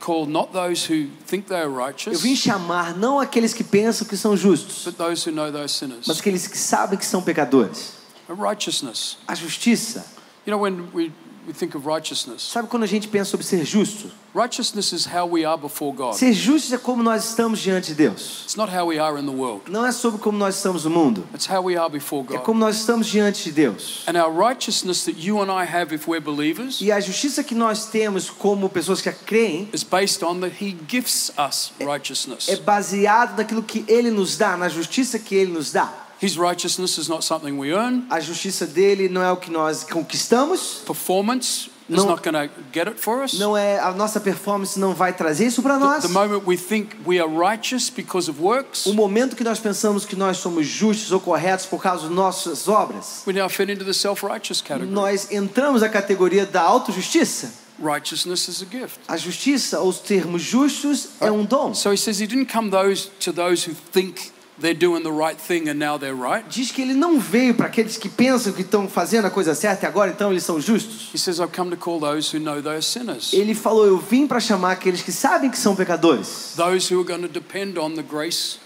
Speaker 2: call not those who think they are righteous,
Speaker 3: Eu vim chamar não aqueles que pensam que são justos,
Speaker 2: but those who know they are sinners.
Speaker 3: mas aqueles que sabem que são pecadores.
Speaker 2: A righteousness.
Speaker 3: A justiça.
Speaker 2: You know, when we, we think of righteousness,
Speaker 3: Sabe quando a gente pensa sobre ser justo?
Speaker 2: righteousness is how we are before God.
Speaker 3: Ser justo é como nós estamos diante de Deus.
Speaker 2: It's not how we are in the world.
Speaker 3: Não é sobre como nós estamos no mundo.
Speaker 2: It's how we are before
Speaker 3: É
Speaker 2: God.
Speaker 3: como nós estamos diante de Deus.
Speaker 2: And our righteousness that you and I have if we're believers
Speaker 3: E a justiça que nós temos como pessoas que a creem
Speaker 2: is based on that He gifts us righteousness.
Speaker 3: é baseado naquilo que Ele nos dá, na justiça que Ele nos dá.
Speaker 2: His righteousness is not something we earn.
Speaker 3: A justiça dele não é o que nós conquistamos,
Speaker 2: Performance is
Speaker 3: Não.
Speaker 2: not going to get it for us.
Speaker 3: não é a nossa performance não vai trazer isso para
Speaker 2: The,
Speaker 3: nós.
Speaker 2: the moment we think we are righteous because of works,
Speaker 3: O momento que nós pensamos que nós somos justos ou corretos por causa de nossas obras,
Speaker 2: we now fit into the self righteous category.
Speaker 3: nós entramos na categoria da autojustiça.
Speaker 2: Righteousness is a gift.
Speaker 3: A justiça, ou os termos justos,
Speaker 2: Ah,
Speaker 3: é um dom.
Speaker 2: So he says he didn't come those to those who think they're doing the right thing and now they're right.
Speaker 3: Diz que ele não veio para aqueles que pensam que estão fazendo a coisa certa e agora então eles são justos.
Speaker 2: He says, I've come to call those who know they are sinners.
Speaker 3: Ele falou: Eu vim para chamar aqueles que sabem que são pecadores,
Speaker 2: Those who are going to depend on the grace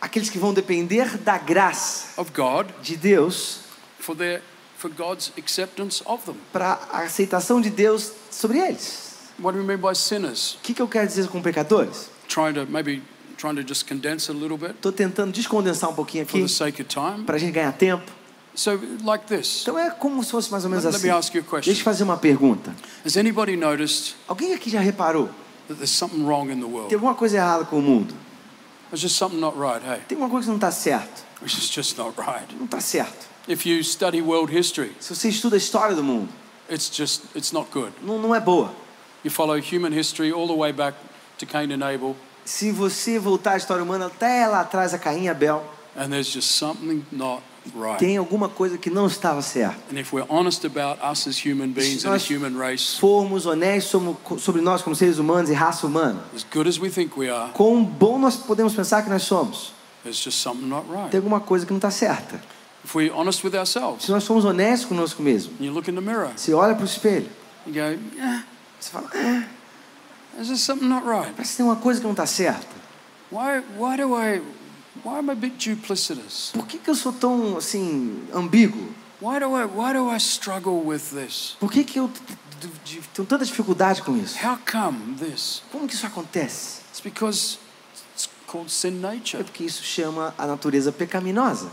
Speaker 3: aqueles que vão depender da graça
Speaker 2: of God
Speaker 3: de Deus
Speaker 2: for their for God's acceptance of them.
Speaker 3: para a aceitação de Deus sobre eles.
Speaker 2: What do we mean by sinners?
Speaker 3: O que, que eu quero dizer com pecadores?
Speaker 2: Trying to maybe trying to just condense it a little bit
Speaker 3: Estou tentando descondensar um pouquinho
Speaker 2: for
Speaker 3: aqui
Speaker 2: the sake of time.
Speaker 3: para a gente ganhar tempo.
Speaker 2: So like this.
Speaker 3: Então é como se fosse mais ou menos
Speaker 2: Let
Speaker 3: assim.
Speaker 2: me ask you a question.
Speaker 3: Deixa eu fazer uma pergunta.
Speaker 2: Has anybody noticed
Speaker 3: Alguém aqui já reparou?
Speaker 2: that there's something wrong in the world?
Speaker 3: Tem alguma coisa errada com o mundo?
Speaker 2: There's just something not right, hey?
Speaker 3: Tem alguma coisa que não está certo?
Speaker 2: Which is just not right.
Speaker 3: Não está certo.
Speaker 2: If you study world history,
Speaker 3: Se você estuda a história do mundo,
Speaker 2: it's just it's not good.
Speaker 3: não, não é boa.
Speaker 2: You follow human history all the way back to Cain and Abel,
Speaker 3: Se você voltar à história humana até lá atrás a Caim e Abel,
Speaker 2: and there's just something not right.
Speaker 3: tem alguma coisa que não estava certa.
Speaker 2: And if we're honest about us as human beings and a human race,
Speaker 3: Formos honestos somo- sobre nós como seres humanos e raça humana.
Speaker 2: as good as we think we are,
Speaker 3: Quão bom nós podemos pensar que nós somos?
Speaker 2: there's just something not
Speaker 3: Tem
Speaker 2: right.
Speaker 3: alguma coisa que não está certa.
Speaker 2: If we're honest with ourselves,
Speaker 3: Se nós somos honestos conosco mesmo,
Speaker 2: and you look in the mirror,
Speaker 3: você olha para o espelho,
Speaker 2: you go, yeah,
Speaker 3: você fala, ah,
Speaker 2: there's just something not right.
Speaker 3: parece que tem uma coisa que não está certa.
Speaker 2: Why, why do I, why am I a bit duplicitous?
Speaker 3: Por que, que eu sou tão, assim, ambíguo?
Speaker 2: Why do I, why do I struggle with this?
Speaker 3: Por que, que eu t- t- t- tenho tanta dificuldade com isso?
Speaker 2: How come this?
Speaker 3: Como que isso acontece?
Speaker 2: It's because it's called sin
Speaker 3: É
Speaker 2: nature.
Speaker 3: porque isso chama a natureza pecaminosa.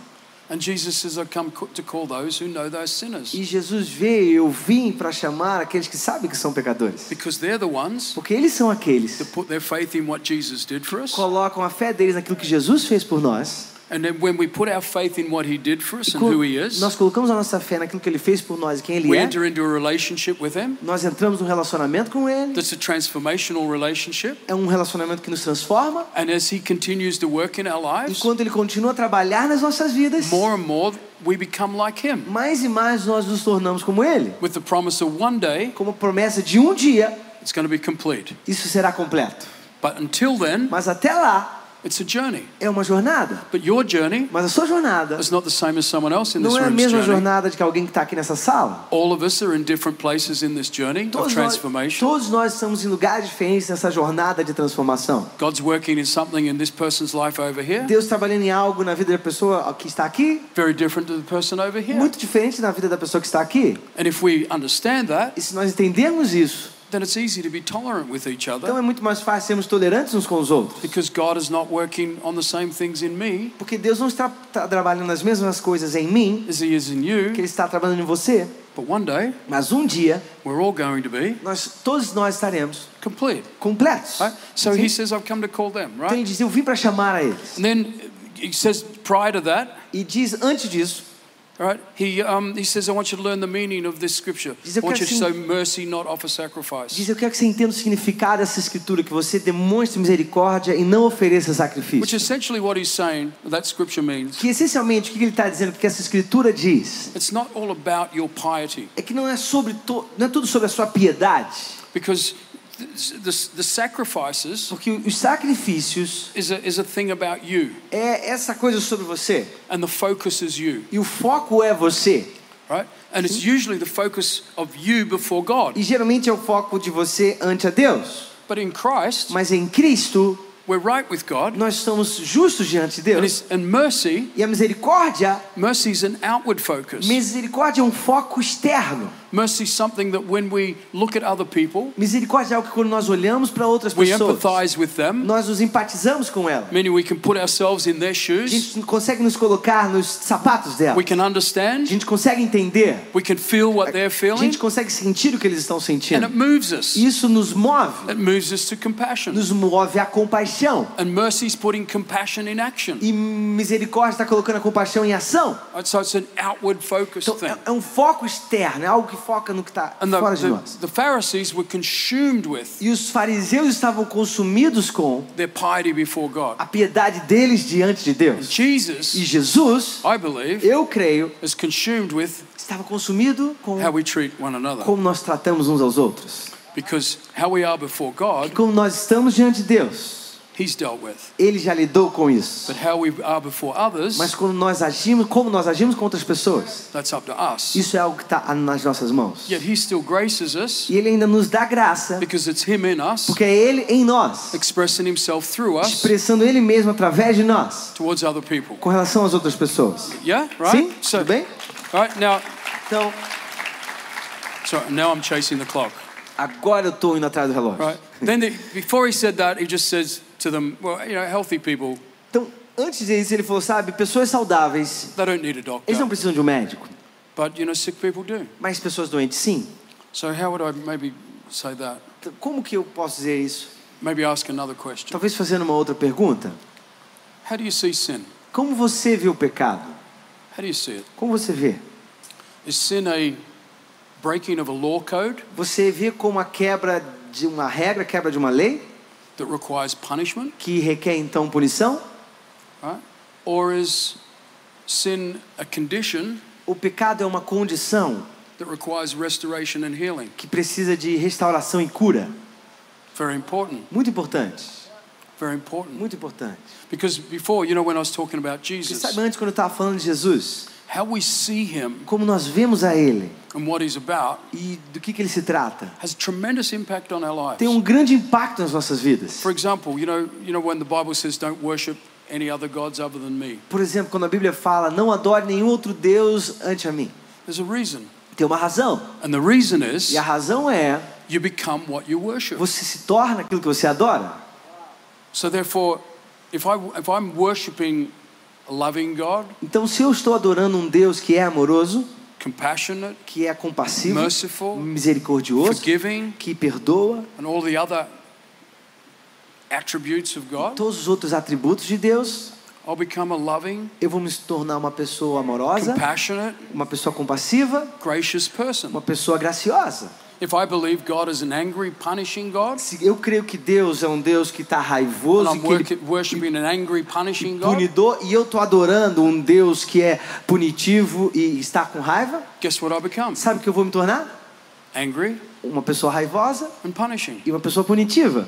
Speaker 2: And Jesus says, I've come co- to call those who know they're sinners.
Speaker 3: E Jesus veio, eu vim para chamar aqueles que sabem que são pecadores.
Speaker 2: Because they're the ones
Speaker 3: Porque eles são
Speaker 2: that
Speaker 3: aqueles
Speaker 2: put their faith in what Jesus did for us.
Speaker 3: que colocam a fé deles naquilo que Jesus fez por nós.
Speaker 2: And then when we put our faith in what he did for us and
Speaker 3: Co-
Speaker 2: who he is,
Speaker 3: Nós colocamos a nossa fé naquilo que ele fez por nós e quem ele
Speaker 2: we
Speaker 3: é.
Speaker 2: enter into a relationship with him
Speaker 3: Nós entramos num relacionamento com ele.
Speaker 2: that's a transformational relationship.
Speaker 3: É um relacionamento que nos transforma.
Speaker 2: And as he continues to work in our
Speaker 3: E
Speaker 2: lives,
Speaker 3: quando ele continua a trabalhar nas nossas vidas,
Speaker 2: more and more we become like him
Speaker 3: mais e mais nós nos tornamos como ele.
Speaker 2: with the promise of one day
Speaker 3: Como promessa de um dia,
Speaker 2: it's going to be complete.
Speaker 3: isso será completo.
Speaker 2: But until then,
Speaker 3: Mas até lá
Speaker 2: it's a journey.
Speaker 3: é uma jornada.
Speaker 2: But your journey
Speaker 3: Mas a sua jornada
Speaker 2: is not the same as someone else in this
Speaker 3: não é a
Speaker 2: room's
Speaker 3: mesma
Speaker 2: journey.
Speaker 3: jornada de que alguém que está aqui nessa sala.
Speaker 2: All of us are in different places in this journey of
Speaker 3: Todos nós,
Speaker 2: transformation.
Speaker 3: todos nós estamos em lugares diferentes nessa jornada de transformação.
Speaker 2: God's working in something in this person's life over here,
Speaker 3: Deus trabalhando em algo na vida da pessoa que está aqui,
Speaker 2: very different to the person over here.
Speaker 3: muito diferente na vida da pessoa que está aqui.
Speaker 2: And if we understand that,
Speaker 3: E se nós entendermos isso,
Speaker 2: then it's easy to be tolerant with each
Speaker 3: então é
Speaker 2: other
Speaker 3: muito mais fácil sermos tolerantes uns com os outros.
Speaker 2: because God is not working on the same things in me
Speaker 3: Porque Deus não está tá trabalhando nas mesmas coisas em mim
Speaker 2: as He is in
Speaker 3: que
Speaker 2: you.
Speaker 3: Ele está trabalhando em você.
Speaker 2: But one day,
Speaker 3: Mas um dia,
Speaker 2: we're all going to be
Speaker 3: nós, todos nós estaremos
Speaker 2: complete.
Speaker 3: completos.
Speaker 2: Right? So
Speaker 3: Sim?
Speaker 2: He says, I've come to call them,
Speaker 3: Então ele
Speaker 2: right?
Speaker 3: diz, eu vim para chamar a eles.
Speaker 2: And then He says, prior to that,
Speaker 3: E diz, antes disso,
Speaker 2: All right. He, um, he says, I want you to learn the meaning of this scripture.
Speaker 3: Diz,
Speaker 2: I
Speaker 3: eu
Speaker 2: want you
Speaker 3: quero
Speaker 2: to
Speaker 3: sim-
Speaker 2: show mercy, not offer sacrifice.
Speaker 3: diz, eu quero que você entenda o significado dessa escritura, que você demonstre misericórdia e não ofereça
Speaker 2: Which
Speaker 3: sacrifício.
Speaker 2: essentially what he's saying, that scripture means,
Speaker 3: Que essencialmente, o que ele está dizendo, o que essa escritura diz,
Speaker 2: it's not all about your piety.
Speaker 3: é que não é, sobre to... não é tudo sobre a sua piedade.
Speaker 2: Because the, the, the sacrifices
Speaker 3: Porque os sacrifícios
Speaker 2: is a, is a thing about you,
Speaker 3: é essa coisa sobre você.
Speaker 2: and the focus is you,
Speaker 3: E o foco é você.
Speaker 2: right? And it's usually the focus of you before God.
Speaker 3: E geralmente é o foco de você ante a Deus.
Speaker 2: But in Christ,
Speaker 3: Mas em Cristo,
Speaker 2: we're right with God,
Speaker 3: nós somos justos diante de
Speaker 2: and,
Speaker 3: Deus.
Speaker 2: it's, and mercy,
Speaker 3: E a misericórdia,
Speaker 2: mercy is an outward focus.
Speaker 3: misericórdia é um foco externo.
Speaker 2: Mercy is something that when we look at other people,
Speaker 3: Misericórdia é algo que quando nós olhamos para outras
Speaker 2: we
Speaker 3: pessoas,
Speaker 2: empathize with them,
Speaker 3: nós nos empatizamos com ela.
Speaker 2: meaning we can put ourselves in their
Speaker 3: A
Speaker 2: shoes,
Speaker 3: gente consegue nos colocar nos sapatos dela.
Speaker 2: we
Speaker 3: A
Speaker 2: can understand,
Speaker 3: gente consegue entender.
Speaker 2: we can feel what they're
Speaker 3: A
Speaker 2: feeling,
Speaker 3: gente consegue sentir o que eles estão
Speaker 2: and
Speaker 3: sentindo.
Speaker 2: it moves us.
Speaker 3: Isso nos move.
Speaker 2: It moves us to compassion.
Speaker 3: Nos move à compaixão.
Speaker 2: And mercy's putting compassion in action.
Speaker 3: E misericórdia está colocando a compaixão em ação.
Speaker 2: Right, So it's an outward focus
Speaker 3: Então,
Speaker 2: thing.
Speaker 3: é- é um foco externo, é algo que foca no que está
Speaker 2: And the,
Speaker 3: fora de
Speaker 2: the,
Speaker 3: nós.
Speaker 2: the Pharisees were consumed with
Speaker 3: E os fariseus estavam consumidos com
Speaker 2: their piety before God.
Speaker 3: a piedade deles diante de Deus. E
Speaker 2: Jesus,
Speaker 3: Jesus,
Speaker 2: I believe,
Speaker 3: eu creio,
Speaker 2: is consumed with
Speaker 3: estava consumido com
Speaker 2: how we treat one another.
Speaker 3: como nós tratamos uns aos outros.
Speaker 2: Because how we are before God,
Speaker 3: Como nós estamos diante de Deus,
Speaker 2: He's dealt with.
Speaker 3: ele já lidou com isso.
Speaker 2: But how we are before
Speaker 3: Mas
Speaker 2: others,
Speaker 3: quando nós agimos, como nós agimos com outras pessoas,
Speaker 2: that's up to us.
Speaker 3: isso é algo que está nas nossas mãos.
Speaker 2: Yet He still graces us
Speaker 3: E ele ainda nos dá graça,
Speaker 2: because it's Him in us,
Speaker 3: porque é ele em nós,
Speaker 2: expressing Himself through us
Speaker 3: expressando ele mesmo através de nós,
Speaker 2: towards other people.
Speaker 3: com relação às outras pessoas.
Speaker 2: Yeah, right?
Speaker 3: Sim, tudo bem?
Speaker 2: all right, now,
Speaker 3: Então,
Speaker 2: sorry, now I'm chasing the clock.
Speaker 3: agora eu estou indo atrás do relógio.
Speaker 2: Right. then the, before he said that, he just says to them, well, you know, healthy people,
Speaker 3: Então, antes disso, ele falou, sabe, pessoas saudáveis,
Speaker 2: they don't need a
Speaker 3: eles
Speaker 2: doctor,
Speaker 3: não precisam de um médico,
Speaker 2: but you know, sick people do.
Speaker 3: mas pessoas doentes sim.
Speaker 2: So how would I maybe say that?
Speaker 3: Então, Como que eu posso dizer isso?
Speaker 2: Maybe ask another question.
Speaker 3: Talvez fazendo uma outra pergunta.
Speaker 2: How do you see sin?
Speaker 3: Como você vê o pecado?
Speaker 2: How do you see it?
Speaker 3: Como você vê?
Speaker 2: Is sin a breaking of a law code
Speaker 3: Você vê como a quebra de uma regra, quebra de uma lei,
Speaker 2: that requires punishment,
Speaker 3: que requer então punição?
Speaker 2: right? Or is sin a condition
Speaker 3: O pecado é uma condição
Speaker 2: that requires restoration and healing?
Speaker 3: que precisa de restauração e cura.
Speaker 2: Very important.
Speaker 3: Muito importante,
Speaker 2: Very important.
Speaker 3: muito importante.
Speaker 2: Because before, you know, when I was talking about
Speaker 3: Você
Speaker 2: Jesus,
Speaker 3: sabe antes quando eu estava falando de Jesus,
Speaker 2: how we see him
Speaker 3: como nós vemos a ele
Speaker 2: and what he's about
Speaker 3: e do que, que ele se trata,
Speaker 2: has tremendous impact on our lives.
Speaker 3: tem um grande impacto nas nossas vidas.
Speaker 2: For example, you know, you know when the Bible says don't worship any other gods other than me.
Speaker 3: Por exemplo, quando a Bíblia fala, não adore nenhum outro Deus ante a mim.
Speaker 2: There's a reason.
Speaker 3: Tem uma razão.
Speaker 2: And the reason is
Speaker 3: E a razão é,
Speaker 2: you become what you worship.
Speaker 3: você se torna aquilo que você adora.
Speaker 2: So therefore, if I if I'm worshiping a loving God,
Speaker 3: Então, se eu estou adorando um Deus que é amoroso,
Speaker 2: compassionate,
Speaker 3: que é compassivo,
Speaker 2: Merciful,
Speaker 3: misericordioso,
Speaker 2: forgiving,
Speaker 3: que perdoa,
Speaker 2: and all the other attributes of God,
Speaker 3: todos os outros atributos de Deus,
Speaker 2: I'll become a loving,
Speaker 3: eu vou me tornar uma pessoa amorosa,
Speaker 2: compassionate,
Speaker 3: uma pessoa compassiva,
Speaker 2: gracious person.
Speaker 3: uma pessoa graciosa.
Speaker 2: If I believe God is an angry, punishing God,
Speaker 3: Se eu creio que Deus é um Deus que está
Speaker 2: and
Speaker 3: raivoso,
Speaker 2: I'm
Speaker 3: que ele
Speaker 2: work- worshiping an angry, punishing God,
Speaker 3: punidor, e eu estou adorando um Deus que é punitivo e está com raiva,
Speaker 2: guess what I become?
Speaker 3: sabe o que eu vou me tornar?
Speaker 2: Angry
Speaker 3: Uma pessoa raivosa
Speaker 2: and punishing.
Speaker 3: e uma pessoa punitiva.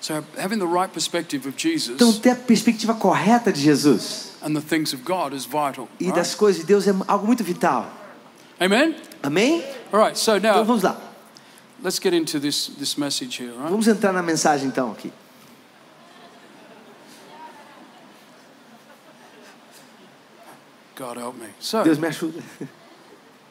Speaker 2: So having the right perspective of
Speaker 3: Então,
Speaker 2: Jesus
Speaker 3: ter a perspectiva correta de Jesus
Speaker 2: and the things of God is vital.
Speaker 3: e
Speaker 2: right?
Speaker 3: das coisas de Deus é algo muito vital.
Speaker 2: Amen.
Speaker 3: Amém?
Speaker 2: All right. So
Speaker 3: Então
Speaker 2: now
Speaker 3: vamos lá.
Speaker 2: let's get into this this message here. Right?
Speaker 3: Vamos entrar na mensagem então aqui.
Speaker 2: God help me. So
Speaker 3: Deus me ajuda.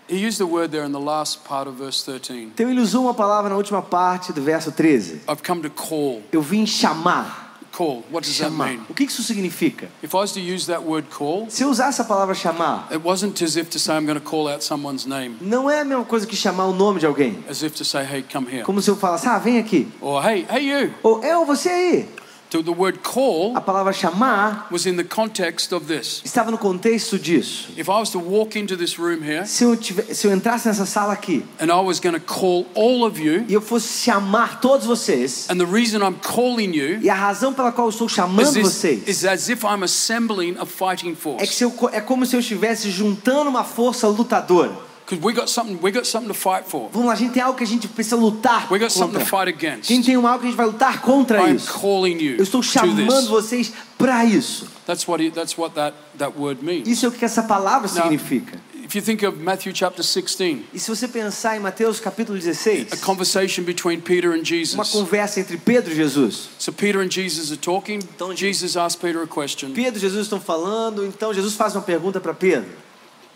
Speaker 2: he used the word there in the last part of verse 13.
Speaker 3: Então ele usou uma palavra na última parte do verso 13.
Speaker 2: I've come to call.
Speaker 3: Eu vim chamar.
Speaker 2: Call. What does that
Speaker 3: Chamar.
Speaker 2: mean?
Speaker 3: O que isso significa?
Speaker 2: If I was to use that word call,
Speaker 3: Se eu usar essa palavra chamar,
Speaker 2: it wasn't as if to say I'm going to call out someone's name,
Speaker 3: não é a mesma coisa que chamar o nome de alguém.
Speaker 2: as if to say, hey, come here,
Speaker 3: Como se eu falasse, ah, vem aqui.
Speaker 2: or hey, hey, you.
Speaker 3: Ou "É, eu, você aí.
Speaker 2: So the word
Speaker 3: A
Speaker 2: call
Speaker 3: palavra chamar
Speaker 2: was in the context of this.
Speaker 3: estava no contexto disso.
Speaker 2: If I was to walk into this room here
Speaker 3: Se eu, tiver, se eu entrasse nessa sala aqui
Speaker 2: and I was going to call all of you,
Speaker 3: e eu fosse chamar todos vocês,
Speaker 2: and the reason I'm calling you
Speaker 3: e a razão pela qual eu estou
Speaker 2: is,
Speaker 3: chamando
Speaker 2: this,
Speaker 3: vocês,
Speaker 2: is as if I'm assembling a fighting
Speaker 3: É, que
Speaker 2: force.
Speaker 3: se eu co- é como se eu estivesse juntando uma força lutadora.
Speaker 2: Because we got something, we got something to fight for.
Speaker 3: Vamos lá, a gente tem algo que a gente precisa lutar
Speaker 2: We got something
Speaker 3: contra.
Speaker 2: to fight
Speaker 3: A
Speaker 2: against.
Speaker 3: gente tem um algo que a gente vai lutar contra
Speaker 2: I'm
Speaker 3: isso.
Speaker 2: calling you
Speaker 3: Eu estou
Speaker 2: to
Speaker 3: chamando
Speaker 2: this.
Speaker 3: vocês para isso.
Speaker 2: That's what, he, that's what that, that word means.
Speaker 3: Isso é o que essa palavra
Speaker 2: Now,
Speaker 3: significa.
Speaker 2: If you think of Matthew chapter 16,
Speaker 3: E se você pensar em Mateus capítulo
Speaker 2: a
Speaker 3: 16,
Speaker 2: conversation between Peter and
Speaker 3: uma
Speaker 2: Jesus.
Speaker 3: conversa entre Pedro e Jesus.
Speaker 2: So Peter and Jesus are talking.
Speaker 3: Então,
Speaker 2: Jesus asked Peter a question.
Speaker 3: Pedro e Jesus estão falando, então Jesus faz uma pergunta para Pedro.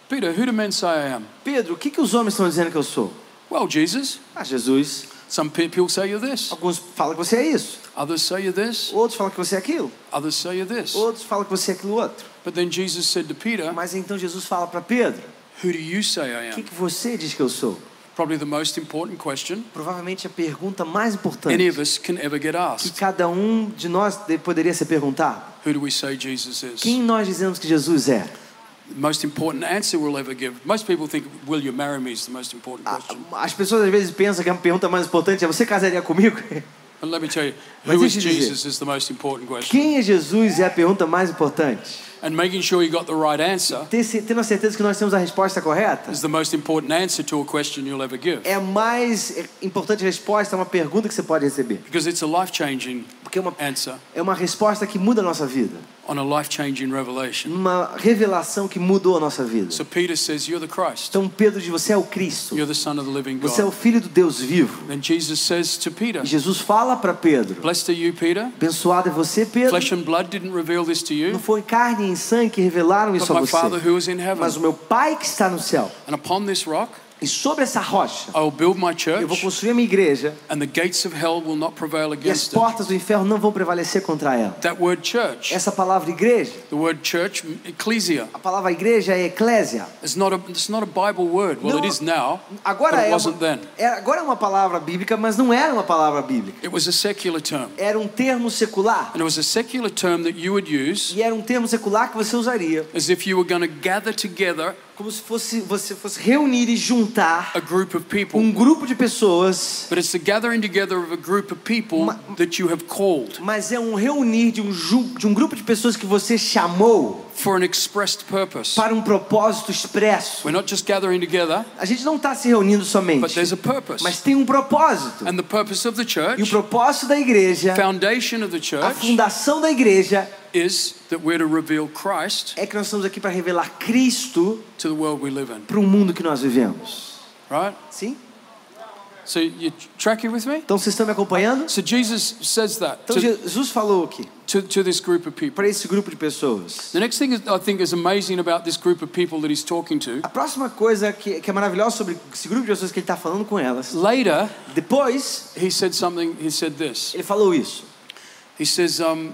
Speaker 2: Peter, who do men say I am?
Speaker 3: Pedro, o que, que os homens estão dizendo que eu sou?
Speaker 2: Well, Jesus.
Speaker 3: Ah, Jesus.
Speaker 2: Some people say you're this.
Speaker 3: Alguns falam que você é isso,
Speaker 2: Others say you're this.
Speaker 3: outros falam que você é aquilo,
Speaker 2: Others say you're this.
Speaker 3: outros falam que você é aquilo outro.
Speaker 2: But then Jesus said to Peter,
Speaker 3: Mas então Jesus fala para Pedro,
Speaker 2: Who do you say I
Speaker 3: o que,
Speaker 2: am?
Speaker 3: que você diz que eu sou?
Speaker 2: Probably the most important question
Speaker 3: Provavelmente a pergunta mais
Speaker 2: any
Speaker 3: importante
Speaker 2: of us can ever get
Speaker 3: que
Speaker 2: asked.
Speaker 3: cada um de nós de- poderia se perguntar,
Speaker 2: Who do we say Jesus is?
Speaker 3: quem nós dizemos que Jesus é?
Speaker 2: The most important answer we'll ever give. Most people think, Will you marry me? is the most important
Speaker 3: A-
Speaker 2: question.
Speaker 3: As pessoas às vezes pensam que a pergunta mais importante é, você casaria comigo?
Speaker 2: And let me tell you,
Speaker 3: Mas
Speaker 2: who is
Speaker 3: deixa eu dizer.
Speaker 2: Jesus is the most important question.
Speaker 3: Quem é Jesus é a pergunta mais importante.
Speaker 2: And making sure you got the right answer
Speaker 3: Ter ce- Tendo a certeza que nós temos a resposta correta,
Speaker 2: is the most important answer to a question you'll ever give.
Speaker 3: é a mais é, importante resposta a uma pergunta que você pode receber.
Speaker 2: Because it's a life changing
Speaker 3: Porque é uma,
Speaker 2: answer
Speaker 3: é uma resposta que muda a nossa vida.
Speaker 2: on a life changing revelation.
Speaker 3: Uma revelação que mudou a nossa vida.
Speaker 2: So Peter says, You're the Christ.
Speaker 3: Então Pedro diz, você é o Cristo.
Speaker 2: You're the Son of the living
Speaker 3: Você é o
Speaker 2: God.
Speaker 3: Filho do Deus vivo.
Speaker 2: Then Jesus says to Peter,
Speaker 3: E Jesus fala para Pedro,
Speaker 2: Blessed are you, Peter.
Speaker 3: abençoado é você, Pedro.
Speaker 2: Flesh and blood didn't reveal this to
Speaker 3: Não
Speaker 2: you,
Speaker 3: foi carne e sangue que revelaram
Speaker 2: but
Speaker 3: isso a
Speaker 2: my Father
Speaker 3: você,
Speaker 2: who is in heaven.
Speaker 3: mas o meu Pai que está no céu.
Speaker 2: And upon this rock
Speaker 3: E sobre essa rocha,
Speaker 2: I will build my
Speaker 3: eu vou
Speaker 2: church,
Speaker 3: construir a minha igreja
Speaker 2: and the gates of hell will not prevail
Speaker 3: e as
Speaker 2: against it.
Speaker 3: portas do inferno não vão prevalecer contra ela.
Speaker 2: That word church,
Speaker 3: Essa palavra igreja,
Speaker 2: the word church, ecclesia,
Speaker 3: a palavra igreja é eclésia.
Speaker 2: it's not a, it's not a Bible word. Well,
Speaker 3: No,
Speaker 2: it is now,
Speaker 3: Agora
Speaker 2: but it
Speaker 3: é, uma-
Speaker 2: wasn't then.
Speaker 3: é- agora é uma palavra bíblica, mas não era uma palavra bíblica.
Speaker 2: It was a secular term.
Speaker 3: Era um termo secular.
Speaker 2: And it was a secular term that you would use
Speaker 3: E era um termo secular que você usaria
Speaker 2: as if you were going to gather together
Speaker 3: como se fosse você fosse reunir e juntar
Speaker 2: a group of people.
Speaker 3: um grupo de pessoas,
Speaker 2: But it's the gathering together of a group of people
Speaker 3: Ma-
Speaker 2: that you have called
Speaker 3: mas é um reunir de um, ju- de um grupo de pessoas que você chamou
Speaker 2: for an expressed purpose.
Speaker 3: para um propósito expresso.
Speaker 2: We're not just gathering together,
Speaker 3: A gente não está se reunindo
Speaker 2: but
Speaker 3: somente,
Speaker 2: there's a purpose.
Speaker 3: mas tem um propósito.
Speaker 2: And the purpose of the
Speaker 3: E o
Speaker 2: church,
Speaker 3: propósito da igreja,
Speaker 2: foundation of the
Speaker 3: a
Speaker 2: church,
Speaker 3: fundação da igreja,
Speaker 2: is that we're to reveal Christ
Speaker 3: é que nós estamos aqui para revelar Cristo
Speaker 2: to the world we live in,
Speaker 3: para o mundo que nós vivemos.
Speaker 2: right?
Speaker 3: Sim?
Speaker 2: So you tracking with me?
Speaker 3: Então vocês estão me acompanhando?
Speaker 2: So Jesus says that
Speaker 3: Então
Speaker 2: to,
Speaker 3: Jesus falou aqui
Speaker 2: to, to this group of people.
Speaker 3: para esse grupo de pessoas.
Speaker 2: The next thing is, I think is amazing about this group of people that he's talking to.
Speaker 3: A próxima coisa que, que é maravilhosa sobre esse grupo de pessoas que ele está falando com elas.
Speaker 2: Later,
Speaker 3: Depois,
Speaker 2: he said something. He said this.
Speaker 3: ele falou isso.
Speaker 2: He says, um,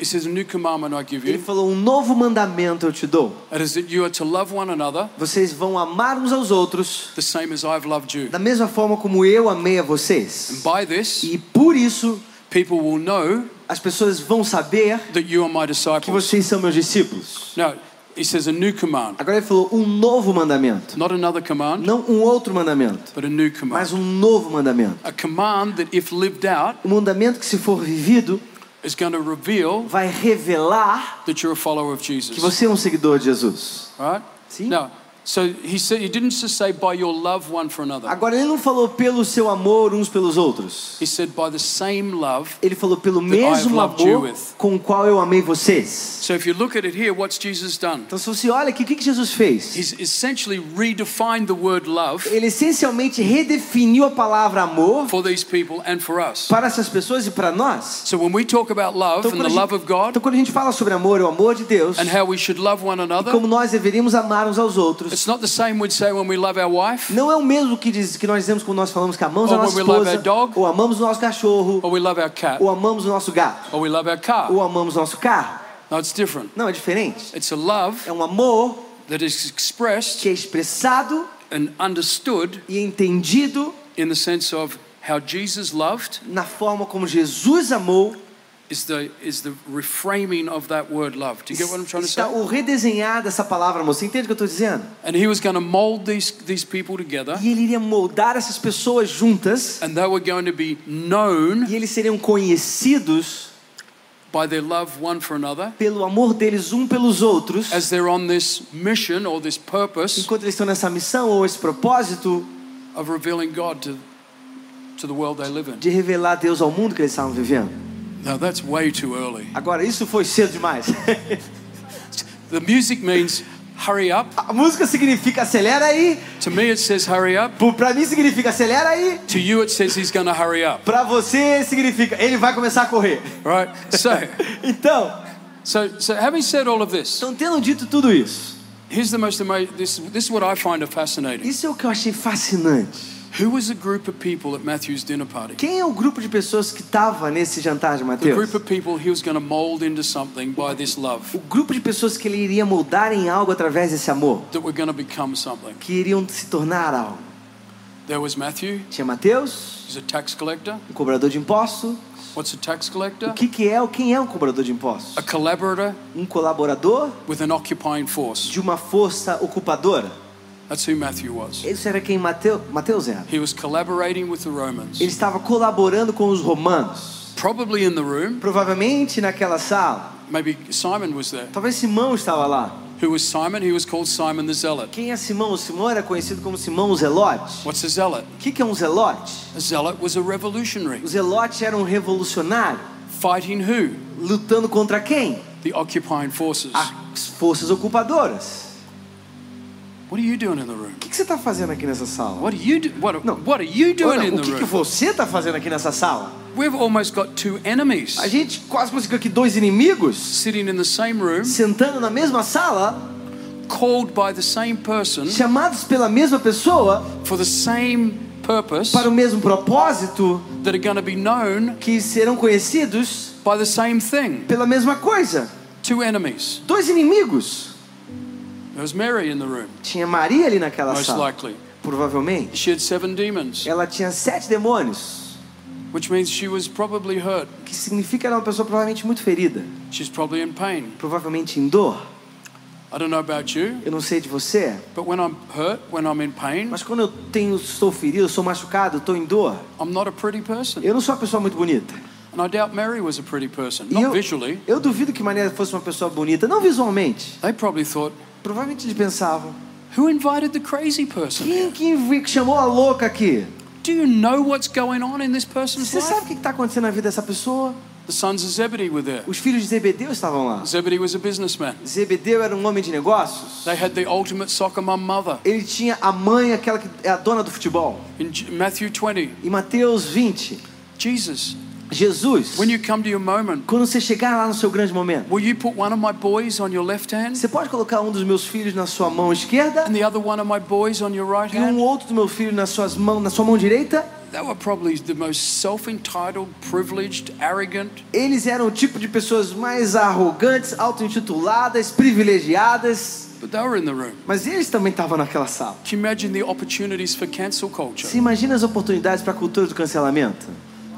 Speaker 2: he says, a new commandment I give
Speaker 3: Ele
Speaker 2: you,
Speaker 3: falou: Um novo mandamento eu te dou.
Speaker 2: that is that you are to love one another
Speaker 3: Vocês vão amar uns aos outros
Speaker 2: the same as I've loved you.
Speaker 3: da mesma forma como eu amei a vocês.
Speaker 2: And by this,
Speaker 3: E por isso,
Speaker 2: people will know
Speaker 3: as pessoas vão saber
Speaker 2: that you are my
Speaker 3: que
Speaker 2: disciples.
Speaker 3: vocês são meus discípulos.
Speaker 2: No, he says a new command,
Speaker 3: Agora ele falou: Um novo mandamento.
Speaker 2: not another command,
Speaker 3: Não um outro mandamento,
Speaker 2: but a new
Speaker 3: mas
Speaker 2: command.
Speaker 3: um novo mandamento.
Speaker 2: A command that, if lived out,
Speaker 3: Um mandamento que, se for vivido,
Speaker 2: is going to reveal
Speaker 3: vai revelar
Speaker 2: that you're a follower of
Speaker 3: que
Speaker 2: Jesus.
Speaker 3: você é um seguidor de Jesus.
Speaker 2: Right?
Speaker 3: See?
Speaker 2: No. So he said he didn't just say by your love one for another.
Speaker 3: Agora ele não falou pelo seu amor uns pelos outros.
Speaker 2: He said by the same love.
Speaker 3: Ele falou pelo
Speaker 2: That I have
Speaker 3: mesmo
Speaker 2: loved you
Speaker 3: amor
Speaker 2: with.
Speaker 3: com o qual eu amei vocês.
Speaker 2: So if you look at it here, what's Jesus done?
Speaker 3: Então se você olha aqui, o que que Jesus fez?
Speaker 2: He's essentially redefined the word love
Speaker 3: Ele essencialmente redefiniu a palavra amor
Speaker 2: for these people and for us.
Speaker 3: para essas pessoas e para nós.
Speaker 2: So when we talk about love
Speaker 3: Então
Speaker 2: and
Speaker 3: quando,
Speaker 2: the
Speaker 3: a
Speaker 2: love of
Speaker 3: gente, então
Speaker 2: God
Speaker 3: quando a gente fala sobre amor, o amor de Deus,
Speaker 2: and how we should love one
Speaker 3: e
Speaker 2: another,
Speaker 3: como nós deveríamos amar uns aos outros,
Speaker 2: it's not the same we'd say when we love our wife
Speaker 3: não é o mesmo que, diz, que nós dizemos quando nós falamos que amamos
Speaker 2: Or
Speaker 3: a nossa
Speaker 2: when we love
Speaker 3: esposa,
Speaker 2: our dog.
Speaker 3: ou amamos o nosso cachorro,
Speaker 2: or we love our cat
Speaker 3: ou amamos o nosso gato,
Speaker 2: or we love our car.
Speaker 3: ou amamos o nosso carro.
Speaker 2: No, it's different.
Speaker 3: Não, é diferente.
Speaker 2: It's a love
Speaker 3: É um amor
Speaker 2: that is expressed
Speaker 3: que é expressado
Speaker 2: and understood
Speaker 3: e entendido
Speaker 2: in the sense of how Jesus loved
Speaker 3: na forma como Jesus amou
Speaker 2: is the is the reframing of that word love. Do you get what I'm trying to
Speaker 3: está
Speaker 2: say?
Speaker 3: o redesenhar dessa palavra amor. Você entende o que eu estou dizendo?
Speaker 2: And he was going to mold these these people together,
Speaker 3: E ele iria moldar essas pessoas juntas
Speaker 2: and they were going to be known
Speaker 3: e eles seriam conhecidos
Speaker 2: by their love one for another,
Speaker 3: pelo amor deles um pelos outros,
Speaker 2: as they're on this mission or this purpose
Speaker 3: enquanto eles estão nessa missão ou esse propósito
Speaker 2: of revealing God to, to the world they live in.
Speaker 3: de revelar Deus ao mundo que eles estavam vivendo.
Speaker 2: Now, that's way too early.
Speaker 3: Agora, isso foi cedo demais.
Speaker 2: The music means hurry up.
Speaker 3: A música significa acelera aí,
Speaker 2: To me, it says hurry up.
Speaker 3: Pô, pra mim significa acelera aí,
Speaker 2: To you, it says he's going to hurry up.
Speaker 3: pra você significa ele vai começar a correr.
Speaker 2: Right? So,
Speaker 3: Então,
Speaker 2: so, so having said all of this,
Speaker 3: então tendo dito tudo isso,
Speaker 2: here's the most amazing. This, this is what I find fascinating.
Speaker 3: isso é o que eu achei fascinante.
Speaker 2: Who was the group of people at Matthew's dinner party?
Speaker 3: Quem é o grupo de pessoas que tava nesse jantar de
Speaker 2: The
Speaker 3: Mateus?
Speaker 2: group of people he was going to mold into something by this love
Speaker 3: O grupo de pessoas que ele iria moldar em algo através desse amor,
Speaker 2: that were going to become something.
Speaker 3: que iriam se tornar algo.
Speaker 2: There was Matthew.
Speaker 3: Tinha Mateus,
Speaker 2: He's a tax collector.
Speaker 3: um cobrador de impostos.
Speaker 2: What's a tax
Speaker 3: O
Speaker 2: collector?
Speaker 3: que que é? ou Quem é um cobrador de
Speaker 2: A
Speaker 3: impostos?
Speaker 2: collaborator
Speaker 3: Um colaborador
Speaker 2: with an occupying force.
Speaker 3: de uma força ocupadora.
Speaker 2: That's who Matthew was.
Speaker 3: Isso era quem Mateus, Mateus era.
Speaker 2: He was collaborating with the Romans.
Speaker 3: Ele estava colaborando com os romanos.
Speaker 2: Probably in the room,
Speaker 3: Provavelmente naquela sala.
Speaker 2: maybe Simon was there.
Speaker 3: Talvez Simão estava lá.
Speaker 2: Who was Simon? He was called Simon the Zealot.
Speaker 3: Quem é Simão? O Simão era conhecido como Simão o Zelote.
Speaker 2: What's a zealot?
Speaker 3: O que que é um zelote?
Speaker 2: A zealot was a revolutionary.
Speaker 3: O zelote era um revolucionário.
Speaker 2: Fighting who?
Speaker 3: Lutando contra quem?
Speaker 2: The occupying forces.
Speaker 3: As forças ocupadoras.
Speaker 2: What are you doing in the room?
Speaker 3: O que, que você está fazendo aqui nessa sala?
Speaker 2: What are you do- what,
Speaker 3: No.
Speaker 2: what are you doing
Speaker 3: Olha,
Speaker 2: in
Speaker 3: o
Speaker 2: the
Speaker 3: que, que
Speaker 2: room?
Speaker 3: você está fazendo aqui nessa sala?
Speaker 2: We've almost got two enemies
Speaker 3: A gente quase conseguiu aqui dois inimigos
Speaker 2: sitting in the same room,
Speaker 3: sentando na mesma sala,
Speaker 2: called by the same person
Speaker 3: chamados pela mesma pessoa
Speaker 2: for the same purpose
Speaker 3: para o mesmo propósito,
Speaker 2: that are going to be known
Speaker 3: que serão conhecidos
Speaker 2: by the same thing.
Speaker 3: pela mesma coisa.
Speaker 2: Two enemies.
Speaker 3: Dois inimigos.
Speaker 2: There was Mary in the room,
Speaker 3: Tinha Maria ali naquela
Speaker 2: most
Speaker 3: sala.
Speaker 2: likely.
Speaker 3: Provavelmente.
Speaker 2: She had seven demons,
Speaker 3: Ela tinha sete demônios,
Speaker 2: which means she was probably hurt.
Speaker 3: o que significa que era uma pessoa provavelmente muito ferida,
Speaker 2: She's probably in pain.
Speaker 3: provavelmente em dor.
Speaker 2: I don't know about you,
Speaker 3: Eu não sei de você,
Speaker 2: but when I'm hurt, when I'm in pain,
Speaker 3: mas quando eu tenho, estou ferido, eu sou machucado, estou em dor,
Speaker 2: I'm not a pretty person.
Speaker 3: eu não sou uma pessoa muito bonita.
Speaker 2: And I doubt Mary was a pretty person,
Speaker 3: E
Speaker 2: not
Speaker 3: eu,
Speaker 2: visually.
Speaker 3: eu duvido que Maria fosse uma pessoa bonita, não visualmente.
Speaker 2: They probably thought,
Speaker 3: Provavelmente eles pensavam,
Speaker 2: who invited the crazy person
Speaker 3: quem
Speaker 2: here?
Speaker 3: que vi- que chamou a louca aqui?
Speaker 2: Do you know what's going on in this person's
Speaker 3: Você sabe
Speaker 2: life?
Speaker 3: o que está acontecendo na vida dessa pessoa?
Speaker 2: The sons of Zebedee were there.
Speaker 3: Os filhos de Zebedeu estavam lá.
Speaker 2: Zebedee was a businessman.
Speaker 3: Zebedeu era um homem de negócios.
Speaker 2: They had the ultimate soccer mum mother.
Speaker 3: Ele tinha a mãe, aquela que é a dona do futebol.
Speaker 2: In J- Matthew 20,
Speaker 3: Em Mateus 20,
Speaker 2: Jesus,
Speaker 3: Jesus,
Speaker 2: when you come to your moment,
Speaker 3: quando você chegar lá no seu grande momento,
Speaker 2: will you put one of my boys on your left hand
Speaker 3: você pode colocar um dos meus filhos na sua mão esquerda
Speaker 2: and the other one of my boys on your right
Speaker 3: e um
Speaker 2: hand?
Speaker 3: outro do meu filho na, suas mão, na sua mão direita?
Speaker 2: They were probably the most self entitled, privileged, arrogant,
Speaker 3: Eles eram o tipo de pessoas mais arrogantes, auto-intituladas, privilegiadas,
Speaker 2: but they were in the room.
Speaker 3: mas eles também estavam naquela sala.
Speaker 2: Can you imagine the opportunities for cancel culture?
Speaker 3: Você imagina as oportunidades para a cultura do cancelamento?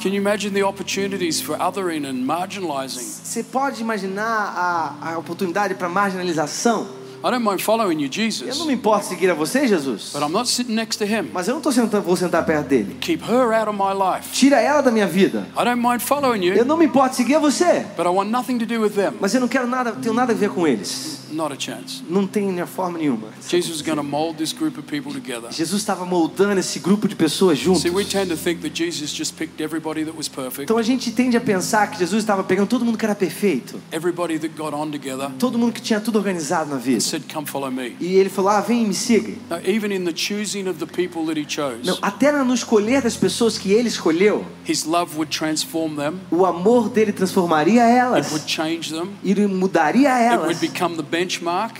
Speaker 2: Can you imagine the opportunities for othering and marginalizing?
Speaker 3: Você pode imaginar a, a oportunidade para marginalização?
Speaker 2: I don't mind following you,
Speaker 3: Eu
Speaker 2: Jesus,
Speaker 3: não me importo seguir a você, Jesus,
Speaker 2: but I'm not sitting next to him.
Speaker 3: mas eu não tô sentando, vou sentar perto dele.
Speaker 2: Keep her out of my life.
Speaker 3: Tira ela da minha vida.
Speaker 2: I don't mind following
Speaker 3: Eu
Speaker 2: you,
Speaker 3: não me importo seguir a você,
Speaker 2: but I want nothing to do with them.
Speaker 3: mas eu não quero nada, tenho nada a ver com eles.
Speaker 2: Not a chance.
Speaker 3: Não tem minha forma nenhuma.
Speaker 2: Jesus is going to mold this group of people together.
Speaker 3: Jesus estava moldando esse grupo de pessoas juntos.
Speaker 2: See, we tend to think that Jesus just picked everybody that was perfect,
Speaker 3: Então a gente tende a pensar que Jesus estava pegando todo mundo que era perfeito,
Speaker 2: everybody that got on together,
Speaker 3: todo mundo que tinha tudo organizado na
Speaker 2: and
Speaker 3: vida.
Speaker 2: said, Come follow me.
Speaker 3: E ele falou: "Ah, vem e me siga".
Speaker 2: Now, even in the choosing of the people that he
Speaker 3: Não,
Speaker 2: chose,
Speaker 3: até no escolher das pessoas que ele escolheu,
Speaker 2: his love would transform them,
Speaker 3: o amor dele transformaria
Speaker 2: it would
Speaker 3: elas,
Speaker 2: change them,
Speaker 3: e mudaria
Speaker 2: it
Speaker 3: elas.
Speaker 2: would become the benchmark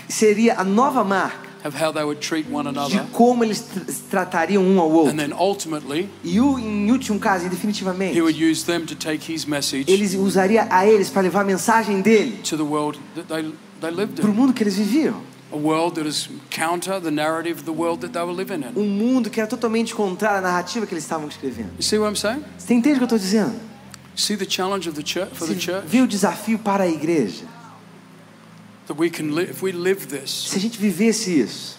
Speaker 3: Seria a nova marca
Speaker 2: of how they would treat one
Speaker 3: de
Speaker 2: another.
Speaker 3: como eles tr- tratariam um ao
Speaker 2: Tá And
Speaker 3: outro.
Speaker 2: then ultimately,
Speaker 3: E o, em último caso, e definitivamente,
Speaker 2: he would use them to take his message
Speaker 3: ele usaria a eles para levar a mensagem dele
Speaker 2: to the world that they, they lived
Speaker 3: para o
Speaker 2: in.
Speaker 3: mundo que eles viviam.
Speaker 2: A world that is counter the narrative of the world that they were living in.
Speaker 3: Um mundo que era totalmente contrário à narrativa que eles estavam escrevendo.
Speaker 2: You see what I'm saying?
Speaker 3: Você entende o que eu estou dizendo?
Speaker 2: See the challenge of the church for
Speaker 3: Você
Speaker 2: the church
Speaker 3: vê o desafio para a igreja.
Speaker 2: that we can live if we live this,
Speaker 3: Se a gente vivesse isso,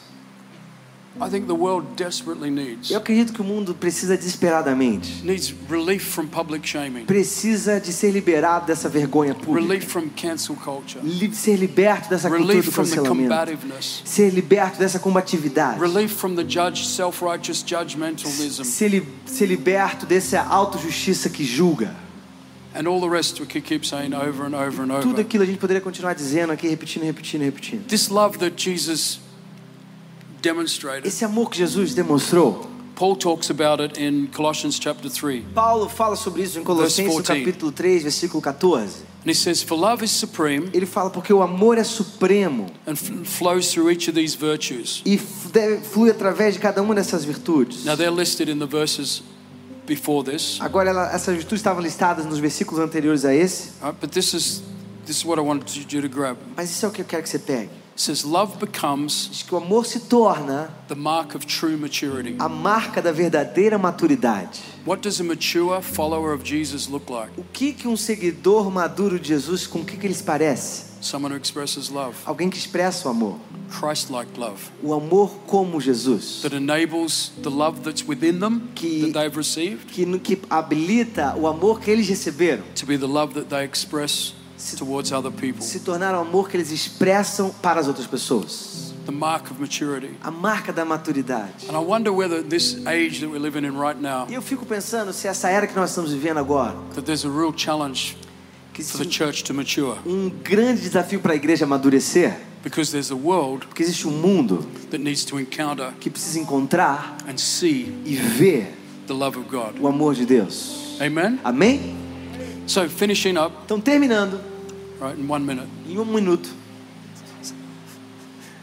Speaker 2: I think the world desperately needs
Speaker 3: Eu acredito que o mundo precisa desesperadamente.
Speaker 2: needs relief from public shaming,
Speaker 3: Precisa de ser liberado dessa vergonha pública.
Speaker 2: relief from cancel culture,
Speaker 3: Li- Ser liberto dessa cultura
Speaker 2: relief
Speaker 3: do
Speaker 2: from the
Speaker 3: cancelamento.
Speaker 2: combativeness,
Speaker 3: Ser liberto dessa combatividade.
Speaker 2: relief from the judge self-righteous judgmentalism,
Speaker 3: Ser, li ser liberto dessa autojustiça que julga.
Speaker 2: and all the rest we could keep saying over and over and
Speaker 3: Tudo
Speaker 2: over.
Speaker 3: aquilo a gente poderia continuar dizendo aqui, repetindo, repetindo, repetindo.
Speaker 2: This love that Jesus demonstrated,
Speaker 3: Esse amor que Jesus demonstrou,
Speaker 2: Paul talks about it in Colossians chapter 3. And
Speaker 3: Paulo fala sobre isso em Colossenses no
Speaker 2: 14.
Speaker 3: capítulo 3, versículo 14.
Speaker 2: he says, For love is supreme
Speaker 3: Ele fala porque o amor é supremo
Speaker 2: and f- flows through each of these virtues.
Speaker 3: e f- deve- flui através de cada uma dessas virtudes.
Speaker 2: Now they're listed in the verses before this,
Speaker 3: Agora, ela, essas virtudes estavam listadas nos versículos anteriores a esse,
Speaker 2: all right, but this is this is what I wanted you to grab.
Speaker 3: mas isso é o que eu quero que você pegue.
Speaker 2: It says love becomes
Speaker 3: Diz que o amor se torna
Speaker 2: the mark of true maturity.
Speaker 3: a marca da verdadeira maturidade.
Speaker 2: What does a mature follower of Jesus look like?
Speaker 3: O que que um seguidor maduro de Jesus, com o que que ele se parece?
Speaker 2: Someone who expresses love,
Speaker 3: Alguém que expressa o amor.
Speaker 2: Christ-like love,
Speaker 3: O amor como Jesus.
Speaker 2: that enables the love that's within them
Speaker 3: Que-
Speaker 2: that they've received
Speaker 3: que, no- que habilita o amor que eles receberam
Speaker 2: to be the love that they express towards other people.
Speaker 3: se tornar o amor que eles expressam para as outras pessoas.
Speaker 2: The mark of maturity.
Speaker 3: A marca da maturidade.
Speaker 2: And I wonder whether this age that we're living in right now,
Speaker 3: E eu fico pensando se essa era que nós estamos vivendo agora,
Speaker 2: that there's a real challenge
Speaker 3: que
Speaker 2: for the
Speaker 3: existe
Speaker 2: church to mature,
Speaker 3: um grande desafio para a igreja amadurecer,
Speaker 2: because there's a world
Speaker 3: porque existe um mundo
Speaker 2: that needs to encounter
Speaker 3: que precisa encontrar
Speaker 2: and see
Speaker 3: e ver
Speaker 2: the love of God.
Speaker 3: o amor de Deus.
Speaker 2: Amen.
Speaker 3: Amém?
Speaker 2: So finishing up
Speaker 3: Então, terminando,
Speaker 2: right in one minute.
Speaker 3: em um minuto,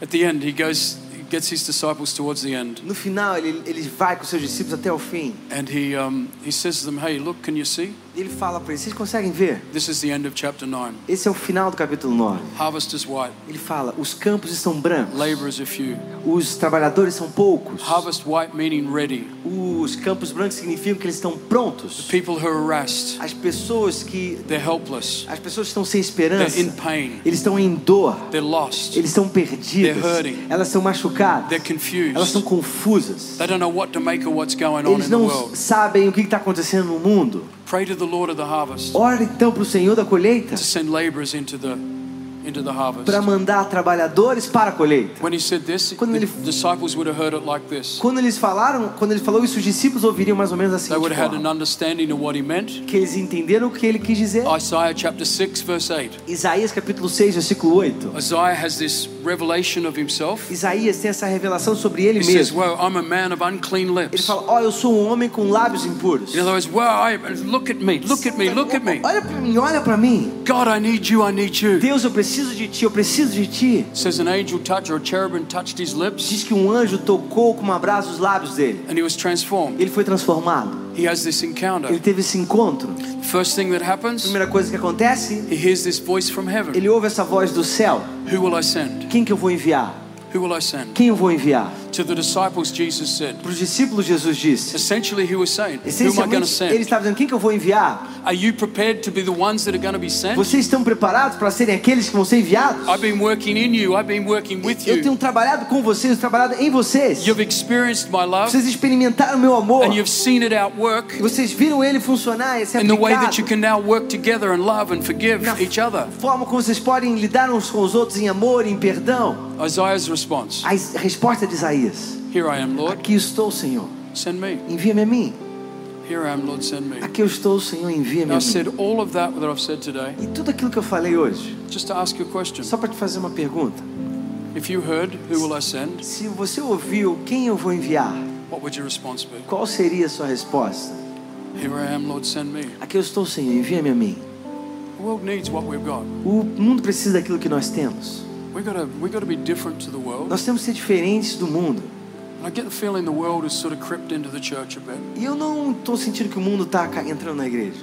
Speaker 2: At the end, he goes, he gets his disciples towards the end,
Speaker 3: no final, ele, ele vai com seus discípulos até o fim.
Speaker 2: and he um, he says to them, "Hey, look, can you see?
Speaker 3: E ele fala para eles: vocês conseguem ver?
Speaker 2: This is the end of chapter nine.
Speaker 3: Esse é o final do capítulo 9.
Speaker 2: Harvest is white,
Speaker 3: Ele fala: os campos estão brancos,
Speaker 2: laborers are few.
Speaker 3: os trabalhadores são poucos.
Speaker 2: Harvest white meaning ready.
Speaker 3: Os campos brancos significam que eles estão prontos.
Speaker 2: People who are harassed,
Speaker 3: As pessoas que
Speaker 2: they're helpless,
Speaker 3: as pessoas estão sem
Speaker 2: they're
Speaker 3: esperança,
Speaker 2: in pain,
Speaker 3: eles estão em dor,
Speaker 2: they're lost,
Speaker 3: eles estão perdidas,
Speaker 2: They're hurting.
Speaker 3: elas estão machucadas,
Speaker 2: they're
Speaker 3: elas estão
Speaker 2: confused.
Speaker 3: confusas.
Speaker 2: They don't know what to make of what's going on
Speaker 3: Eles
Speaker 2: in the
Speaker 3: não
Speaker 2: world.
Speaker 3: sabem o que está acontecendo no mundo.
Speaker 2: Pray to the Lord of the harvest
Speaker 3: Ora então para o Senhor da colheita
Speaker 2: to send laborers into the into the harvest.
Speaker 3: para mandar trabalhadores para a colheita.
Speaker 2: When he said this,
Speaker 3: Quando
Speaker 2: the
Speaker 3: ele-
Speaker 2: disciples would have heard it like this.
Speaker 3: Quando eles falaram, quando ele falou isso, os discípulos ouviriam mais ou menos assim,
Speaker 2: They would have had an
Speaker 3: forma,
Speaker 2: understanding of what he meant.
Speaker 3: que eles entenderam o que ele quis dizer.
Speaker 2: Isaiah chapter 6, verse 8.
Speaker 3: Isaías capítulo 6, versículo 8.
Speaker 2: Isaiah has this revelation of himself.
Speaker 3: Isaías tem essa revelação sobre ele
Speaker 2: He says,
Speaker 3: mesmo.
Speaker 2: Well, I'm a man of unclean
Speaker 3: Ele
Speaker 2: lips.
Speaker 3: fala: Ó, eu sou um homem com lábios impuros.
Speaker 2: In other words, well, I, look at me, look at me, look at me.
Speaker 3: Olha pra mim, olha pra mim.
Speaker 2: God, I need you, I need you.
Speaker 3: Deus, eu preciso de ti, eu preciso de ti.
Speaker 2: Says an angel touch or a cherubim touched his lips
Speaker 3: Diz que um anjo tocou com um abraço os lábios dele.
Speaker 2: and he was transformed.
Speaker 3: Ele foi transformado.
Speaker 2: He has this
Speaker 3: Ele
Speaker 2: encounter.
Speaker 3: teve esse encontro.
Speaker 2: First thing that happens,
Speaker 3: Primeira coisa que acontece,
Speaker 2: he hears this voice from heaven.
Speaker 3: ele ouve essa voz do céu.
Speaker 2: Who will I send?
Speaker 3: Quem que eu vou enviar?
Speaker 2: Who will I send?
Speaker 3: Quem eu vou enviar?
Speaker 2: To the disciples, Jesus said.
Speaker 3: Para os discípulos Jesus disse.
Speaker 2: Essentially, he was saying, Who am I going to
Speaker 3: Essencialmente, ele
Speaker 2: send?
Speaker 3: estava dizendo: quem que eu vou enviar?
Speaker 2: Are you prepared to be the ones that are going to be sent?
Speaker 3: Vocês estão preparados para serem aqueles que vão ser enviados?
Speaker 2: I've been working in you. I've been working with
Speaker 3: Eu tenho
Speaker 2: you.
Speaker 3: trabalhado com vocês, trabalhado em vocês.
Speaker 2: You've experienced my love
Speaker 3: Vocês experimentaram meu amor.
Speaker 2: and you've seen it out work
Speaker 3: E vocês viram ele funcionar, esse
Speaker 2: in the way that you
Speaker 3: aplicado.
Speaker 2: can now work together and love and forgive
Speaker 3: Na
Speaker 2: each other.
Speaker 3: forma como vocês podem lidar uns com os outros em amor, em perdão.
Speaker 2: Isaiah's response
Speaker 3: A is- resposta é de Isaías:
Speaker 2: Here I am, Lord,
Speaker 3: Aqui estou, Senhor.
Speaker 2: send me.
Speaker 3: Envia-me a mim.
Speaker 2: Here I am, Lord, send me.
Speaker 3: Aqui eu estou, Senhor. Envia-me
Speaker 2: Now,
Speaker 3: a
Speaker 2: I
Speaker 3: mim.
Speaker 2: said all of that that I've said today
Speaker 3: E tudo aquilo que eu falei hoje,
Speaker 2: just to ask you a question.
Speaker 3: só para te fazer uma pergunta:
Speaker 2: If you heard, Who will I send?
Speaker 3: se você ouviu quem eu vou enviar,
Speaker 2: What would your response be?
Speaker 3: qual seria a sua resposta?
Speaker 2: Here I am, Lord, send me.
Speaker 3: Aqui eu estou, Senhor. Envia-me a mim.
Speaker 2: The world needs what we've got.
Speaker 3: O mundo precisa daquilo que nós temos.
Speaker 2: We've got to, we've got to be different to the world.
Speaker 3: Nós temos que ser diferentes do mundo.
Speaker 2: And I get the feeling the world has sort of crept into the church a bit.
Speaker 3: E eu não estou sentindo que o mundo está entrando na igreja.